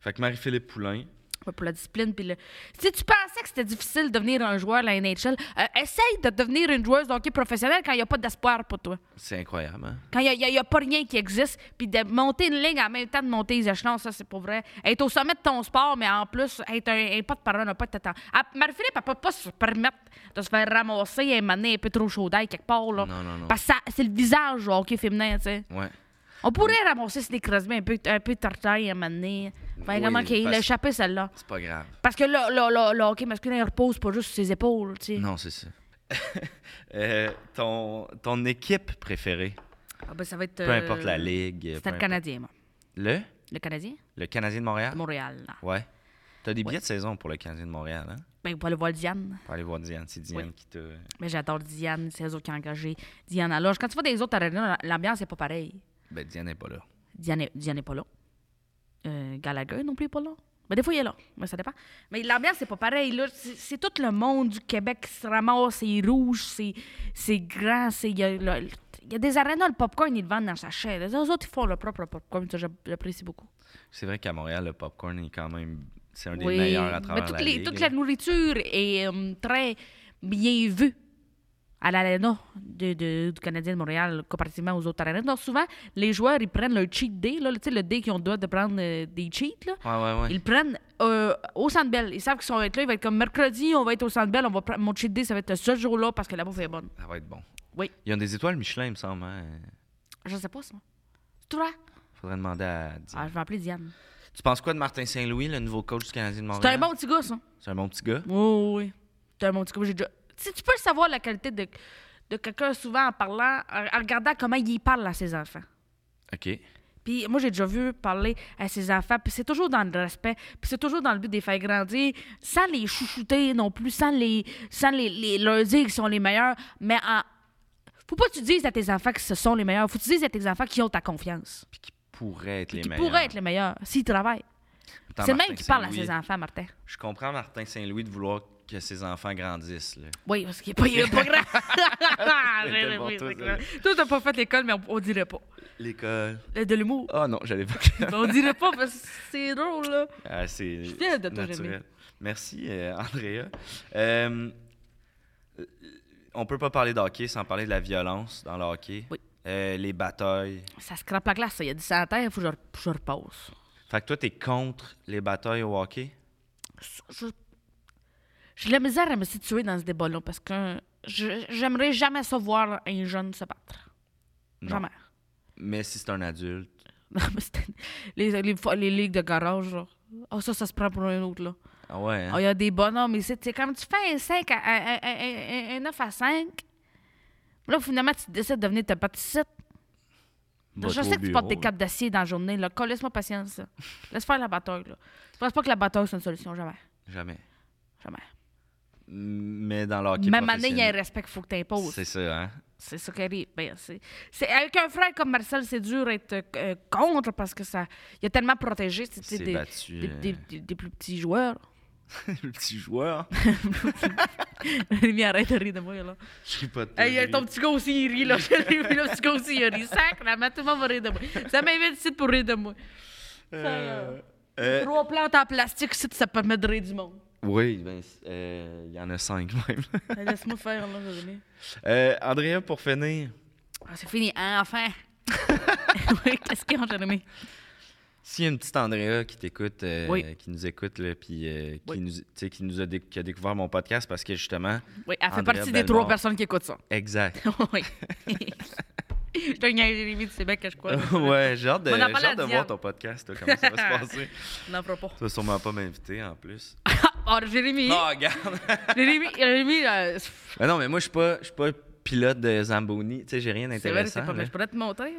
Speaker 1: Fait que Marie-Philippe Poulain.
Speaker 3: Ouais, pour la discipline. Puis le... Si tu pensais que c'était difficile de devenir un joueur à la NHL, euh, essaye de devenir une joueuse de hockey professionnelle quand il n'y a pas d'espoir pour toi.
Speaker 1: C'est incroyable, hein?
Speaker 3: Quand il n'y a, pas rien qui existe, puis de monter une ligne en même temps de monter les échelons, ça, c'est pour vrai. Être au sommet de ton sport, mais en plus, être un, un pas de parole, un pas de temps. Marie-Philippe, elle peut pas se permettre de se faire ramasser et maner un peu trop chaud d'ail quelque part. Là,
Speaker 1: Non, non, non.
Speaker 3: Parce que ça- c'est le visage au hockey féminin, tu sais.
Speaker 1: Ouais.
Speaker 3: On pourrait ramasser des Crosby un peu, un peu tortail à maner. Enfin,
Speaker 1: Oui,
Speaker 3: comment qu'il
Speaker 1: parce-
Speaker 3: a échappé, celle-là.
Speaker 1: C'est pas grave.
Speaker 3: Parce que là, là, là, le hockey masculin, il repose pas juste sur ses épaules, tu sais.
Speaker 1: Non, c'est ça. Euh, ton, ton équipe préférée,
Speaker 3: Ah, ben, ça va être.
Speaker 1: peu importe la
Speaker 3: euh,
Speaker 1: ligue. peu
Speaker 3: C'était le
Speaker 1: importe-
Speaker 3: Canadien, moi.
Speaker 1: Le?
Speaker 3: Le Canadien?
Speaker 1: Le Canadien de Montréal?
Speaker 3: De Montréal, là.
Speaker 1: Ouais. T'as des billets de saison pour le Canadien de Montréal, hein?
Speaker 3: Ben, pour aller voir Diane.
Speaker 1: Pour aller voir Diane. C'est Diane qui t'a.
Speaker 3: Mais j'adore Diane, c'est eux autres qui ont engagé Diane à Loge. Quand tu vas dans les autres arénas, l'ambiance n'est pas pareille.
Speaker 1: Ben, Diane n'est pas là.
Speaker 3: Diane n'est pas là. Euh, Gallagher non plus est pas là. Mais des fois, il est là. Mais ça dépend. Mais l'ambiance, c'est pas pareil. Là, c'est c'est tout le monde du Québec qui se ramasse. C'est rouge, c'est- c'est grand. c'est- Il y, a le- il y a des arénas, le popcorn, ils le vendent dans sa chaîne. Les autres, ils font leur propre popcorn. Ça, j'app- j'apprécie beaucoup.
Speaker 1: C'est vrai qu'à Montréal, le popcorn est quand même. C'est un des
Speaker 3: Oui,
Speaker 1: meilleurs à travers
Speaker 3: mais toute,
Speaker 1: la
Speaker 3: les-
Speaker 1: ligue.
Speaker 3: toute la nourriture est euh, très bien vue. à l'aréna de, de- du Canadien de Montréal comparativement aux autres arénas. Donc, souvent, les joueurs, ils prennent leur cheat day, là, tu sais, le day qu'ils ont le droit de prendre euh, des cheats. Là.
Speaker 1: Ouais, ouais, ouais.
Speaker 3: Ils le prennent euh, au Centre Bell. Ils savent qu'ils sont être là. Ils vont être comme mercredi, on va être au Centre Bell. On va prendre mon cheat day, ça va être ce jour-là parce que la bouffe est bonne.
Speaker 1: Ça va être bon.
Speaker 3: Oui,
Speaker 1: Ils ont des étoiles Michelin, il me semble. hein.
Speaker 3: je sais pas ça. C'est toi?
Speaker 1: Faudrait demander à Diane.
Speaker 3: Ah, je vais appeler Diane.
Speaker 1: Tu penses quoi de Martin Saint-Louis, le nouveau coach du Canadien de
Speaker 3: C'est
Speaker 1: Montréal?
Speaker 3: un bon petit gars, ça.
Speaker 1: C'est un bon petit gars.
Speaker 3: Oui, oui, oui. C'est un bon petit gars. J'ai déjà... Si tu peux savoir la qualité de, de quelqu'un souvent en parlant, en en regardant comment il parle à ses enfants.
Speaker 1: OK.
Speaker 3: Puis moi, j'ai déjà vu parler à ses enfants, puis c'est toujours dans le respect, puis c'est toujours dans le but de les faire grandir, sans les chouchouter non plus, sans, les, sans les, les- leur dire qu'ils sont les meilleurs, mais en... Faut pas que tu dises à tes enfants que ce sont les meilleurs, faut que tu dises à tes enfants qui ont ta confiance,
Speaker 1: Puis qui pourrait être les
Speaker 3: qui
Speaker 1: meilleurs.
Speaker 3: pourraient être les meilleurs s'ils travaillent.
Speaker 1: Pourtant,
Speaker 3: C'est le
Speaker 1: Martin
Speaker 3: même qui parle à
Speaker 1: Saint-Louis,
Speaker 3: ses enfants, Martin.
Speaker 1: Je comprends Martin Saint-Louis de vouloir que ses enfants grandissent. là.
Speaker 3: Oui, parce qu'il n'est pas, il est pas grand.
Speaker 1: C'était bon,
Speaker 3: Oui,
Speaker 1: toi,
Speaker 3: c'est
Speaker 1: ça.
Speaker 3: clair. Toi, t'as pas fait l'école, mais on, on dirait pas. Euh,
Speaker 1: L'école.
Speaker 3: De l'humour.
Speaker 1: Ah non, j'allais pas.
Speaker 3: on dirait pas parce que c'est drôle, là.
Speaker 1: Ah, c'est
Speaker 3: suis fière de toi,
Speaker 1: naturel.
Speaker 3: Rémi.
Speaker 1: Merci, euh, Andrea. Euh, euh, on peut pas parler de hockey sans parler de la violence dans le hockey.
Speaker 3: Oui.
Speaker 1: Euh, les batailles.
Speaker 3: Ça se crappe la glace, ça. Il y a du sang à terre, il faut que je, re- je repasse.
Speaker 1: Fait que toi, t'es contre les batailles au hockey?
Speaker 3: Je- J'ai de la misère à me situer dans ce débat-là parce que je- j'aimerais jamais ça voir un jeune se battre.
Speaker 1: Non.
Speaker 3: Jamais.
Speaker 1: Mais si c'est un adulte.
Speaker 3: Non, mais c'était- les, les, fo- les ligues de garage, là. Ah, ça, ça se prend pour un autre, là.
Speaker 1: Ah ouais,
Speaker 3: Ah,
Speaker 1: hein?
Speaker 3: Il y a des bonhommes ici. Tu sais, quand tu fais un 5 à, un- un- un- un- un 9 à 5, là, finalement, tu décides de venir te battre ici.
Speaker 1: Va
Speaker 3: je
Speaker 1: toi
Speaker 3: sais
Speaker 1: au
Speaker 3: que tu portes des
Speaker 1: bureau,
Speaker 3: capes d'acier dans la journée. Là. Quoi, Laisse-moi patience. là. Laisse faire la bataille. Là. Je pense pas que la bataille, c'est une solution. Jamais.
Speaker 1: là. Jamais.
Speaker 3: Jamais.
Speaker 1: Mais dans le hockey
Speaker 3: Même année, il y a un
Speaker 1: professionnel,
Speaker 3: respect qu'il faut que tu imposes.
Speaker 1: C'est ça, hein?
Speaker 3: C'est ça qui arrive. Ben, c'est- c'est- avec un frère comme Marcel, c'est dur d'être euh, contre parce que ça, il a tellement protégé tu sais,
Speaker 1: C'est
Speaker 3: des,
Speaker 1: battu,
Speaker 3: des-
Speaker 1: euh.
Speaker 3: des- des- des plus petits joueurs.
Speaker 1: le petit joueur.
Speaker 3: Rémi, arrête de rire de moi. Là.
Speaker 1: Je suis pas de
Speaker 3: Hey, euh,
Speaker 1: théorie.
Speaker 3: ton petit gars aussi, il rit. Là. Je l'ai vu, là, petit gars aussi, il rit. Sacrement, tout le monde va rire de moi. Ça m'invite ici pour rire de moi.
Speaker 1: Euh, euh,
Speaker 3: Trois plantes en plastique, ici, ça permet de rire du monde.
Speaker 1: oui, ben, c'est- euh, il y en a cinq même.
Speaker 3: Ben, Laisse-moi faire, là, Rémi.
Speaker 1: Euh, Andrea, pour finir,
Speaker 3: Ah, c'est fini, hein, enfin! oui, qu'est-ce qu'ils ont, Jérémy?
Speaker 1: s'il y a une petite Andrea qui t'écoute, euh,
Speaker 3: Oui.
Speaker 1: qui nous écoute, là, puis euh, qui,
Speaker 3: Oui.
Speaker 1: nous, tu sais, qui nous a, déc- qui a découvert mon podcast parce que justement.
Speaker 3: Oui, elle fait
Speaker 1: Andrea
Speaker 3: partie des
Speaker 1: Bellemare.
Speaker 3: trois personnes qui écoutent ça.
Speaker 1: Exact.
Speaker 3: oui. je te gagne, Jérémy, tu sais bien que je crois.
Speaker 1: ouais, j'ai hâte de,
Speaker 3: On en
Speaker 1: j'ai
Speaker 3: parle à
Speaker 1: hâte de voir
Speaker 3: Diane.
Speaker 1: ton podcast, toi, comment ça va se passer.
Speaker 3: Non, pas. pas.
Speaker 1: Tu vas sûrement pas m'inviter en plus.
Speaker 3: Ah, Jérémy,
Speaker 1: Ah, regarde!
Speaker 3: Jérémy, Jérémy, euh,
Speaker 1: Mais non, mais moi, je suis pas, je suis pas pilote de Zamboni. Tu sais, j'ai rien
Speaker 3: c'est vrai que
Speaker 1: d'intéressant.
Speaker 3: c'est pas
Speaker 1: là.
Speaker 3: mais Je pourrais te montrer.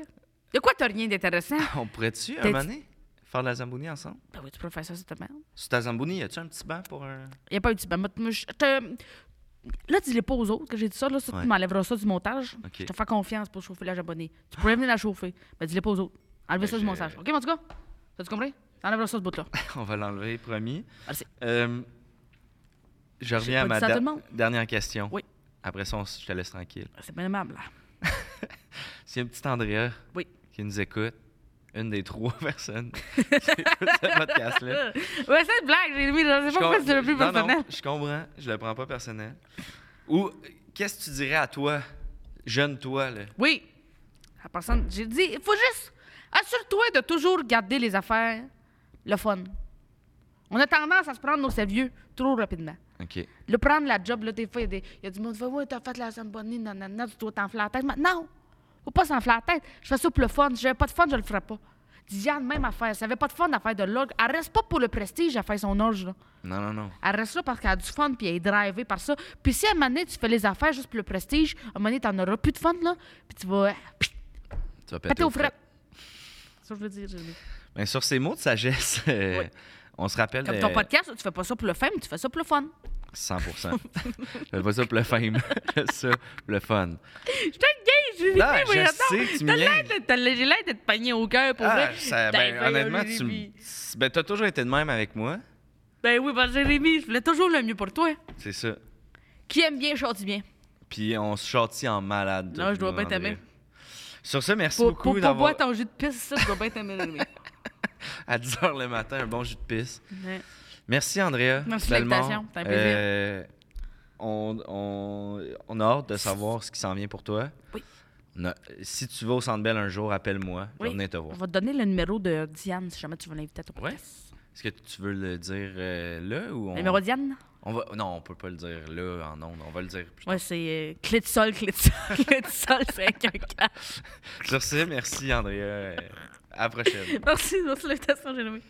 Speaker 3: De quoi t'as rien d'intéressant?
Speaker 1: On pourrait-tu, un
Speaker 3: T'as-
Speaker 1: moment donné, faire de la Zamboni ensemble?
Speaker 3: Ben oui, tu pourrais faire ça, c'est ta merde.
Speaker 1: Sur ta Zamboni, y a-tu un petit banc pour un.
Speaker 3: Il n'y a pas eu de... ben, moi, moi, je te- Là, dis-le pas aux autres que j'ai dit ça. Là, ça,
Speaker 1: Ouais.
Speaker 3: tu m'enlèveras ça du montage.
Speaker 1: Ok.
Speaker 3: Je te fais confiance pour chauffer la abonnée. Tu pourrais venir la chauffer. Ben, dis-le pas aux autres. Enlevez
Speaker 1: Ben,
Speaker 3: ça du
Speaker 1: je-
Speaker 3: montage. OK, mon petit gars? T'as-tu compris? T'enlèveras ça, ce bout-là.
Speaker 1: On va l'enlever, promis.
Speaker 3: Merci.
Speaker 1: Euh, je reviens
Speaker 3: Ah, pas
Speaker 1: à ma
Speaker 3: dit ça à
Speaker 1: da-
Speaker 3: tout le monde.
Speaker 1: dernière question.
Speaker 3: Oui.
Speaker 1: Après ça, on s- je te laisse tranquille.
Speaker 3: C'est bien aimable. là.
Speaker 1: S'il y a une petite Andrea
Speaker 3: Oui.
Speaker 1: qui nous écoute, une des trois personnes qui écoute ce podcast-là.
Speaker 3: ouais, c'est une blague, Jérémy. Je sais pas pourquoi
Speaker 1: com-
Speaker 3: c'est le plus
Speaker 1: non, non,
Speaker 3: personnel.
Speaker 1: je comprends. Je le prends pas personnel. Ou euh, qu'est-ce que tu dirais à toi, jeune toi, là?
Speaker 3: Oui. La personne, j'ai dit, il faut juste. Assure-toi de toujours garder les affaires le fun. On a tendance à se prendre au sérieux trop rapidement.
Speaker 1: OK.
Speaker 3: Le prendre la job, là, des fois, il y a des- il y, a du monde qui fait Ouais, t'as fait la Zamboni, nanana, tu dois t'enfler la tête. Mais non! Faut pas s'enfler la tête. Je fais ça pour le fun. Si j'avais pas de fun, je le ferais pas. Diane, même affaire. Si elle avait pas de fun à faire de l'orgue, elle reste pas pour le prestige à faire son orge, là.
Speaker 1: Non, non, non.
Speaker 3: Elle reste là parce qu'elle a du fun puis elle est drivée par ça. Puis si à un moment donné, tu fais les affaires juste pour le prestige, à un moment donné, t'en auras plus de fun, là. Puis tu vas. euh, Pis,
Speaker 1: Tu vas
Speaker 3: péter aux
Speaker 1: frais.
Speaker 3: frettes. C'est ça que je veux dire, Jérémy.
Speaker 1: Ben, sur ces mots de sagesse, euh,
Speaker 3: Oui.
Speaker 1: on se rappelle.
Speaker 3: Comme
Speaker 1: euh,
Speaker 3: ton podcast, là, tu fais pas ça pour le fun, mais tu fais ça pour le fun.
Speaker 1: 100 Je fais pas ça pour le fame. Je fais ça pour le fun.
Speaker 3: Je te gagne, Jérémy,
Speaker 1: Non, je
Speaker 3: voyons
Speaker 1: sais
Speaker 3: donc.
Speaker 1: que tu
Speaker 3: T'as
Speaker 1: me
Speaker 3: l'air
Speaker 1: niaises.
Speaker 3: d'être- t'as l'air- J'ai l'air d'être pogné au cœur pour
Speaker 1: Ah,
Speaker 3: vrai.
Speaker 1: ça-
Speaker 3: T'as
Speaker 1: ben,
Speaker 3: fait,
Speaker 1: honnêtement,
Speaker 3: Jérémy.
Speaker 1: tu m- ben, t'as toujours été de même avec moi.
Speaker 3: Ben oui, ben Jérémy, je voulais toujours le mieux pour toi.
Speaker 1: C'est ça.
Speaker 3: Qui aime bien, chante bien.
Speaker 1: Puis on se châtie en malade.
Speaker 3: Non, je dois bien
Speaker 1: pas
Speaker 3: t'aimer.
Speaker 1: Sur ce, merci
Speaker 3: Pour, pour,
Speaker 1: beaucoup
Speaker 3: pour
Speaker 1: d'avoir
Speaker 3: boire ton jus de pisse, ça, je dois bien t'aimer, Jérémy.
Speaker 1: à 10 h le matin un bon jus de pisse.
Speaker 3: Ouais.
Speaker 1: Merci Andrea.
Speaker 3: Merci de
Speaker 1: Bellemare.
Speaker 3: l'invitation, c'était un plaisir.
Speaker 1: Euh, on, on, on a hâte de savoir ce qui s'en vient pour toi.
Speaker 3: Oui.
Speaker 1: On a- si tu vas au Centre Bell un jour, appelle-moi. Je vais
Speaker 3: Oui.
Speaker 1: venir te
Speaker 3: On
Speaker 1: voir.
Speaker 3: va te donner le numéro de Diane si jamais tu veux l'inviter à ton
Speaker 1: Ouais.
Speaker 3: podcast.
Speaker 1: Est-ce que tu veux le dire euh, là ou on...
Speaker 3: Le numéro de Diane?
Speaker 1: on va... Non, on peut pas le dire là en ondes. On va le dire plus
Speaker 3: Ouais, c'est euh, clé de sol, clé de sol, clé de sol, 514.
Speaker 1: Sur ce, merci Andrea. Euh, À la prochaine.
Speaker 3: Merci, merci l'invitation, Jérémy.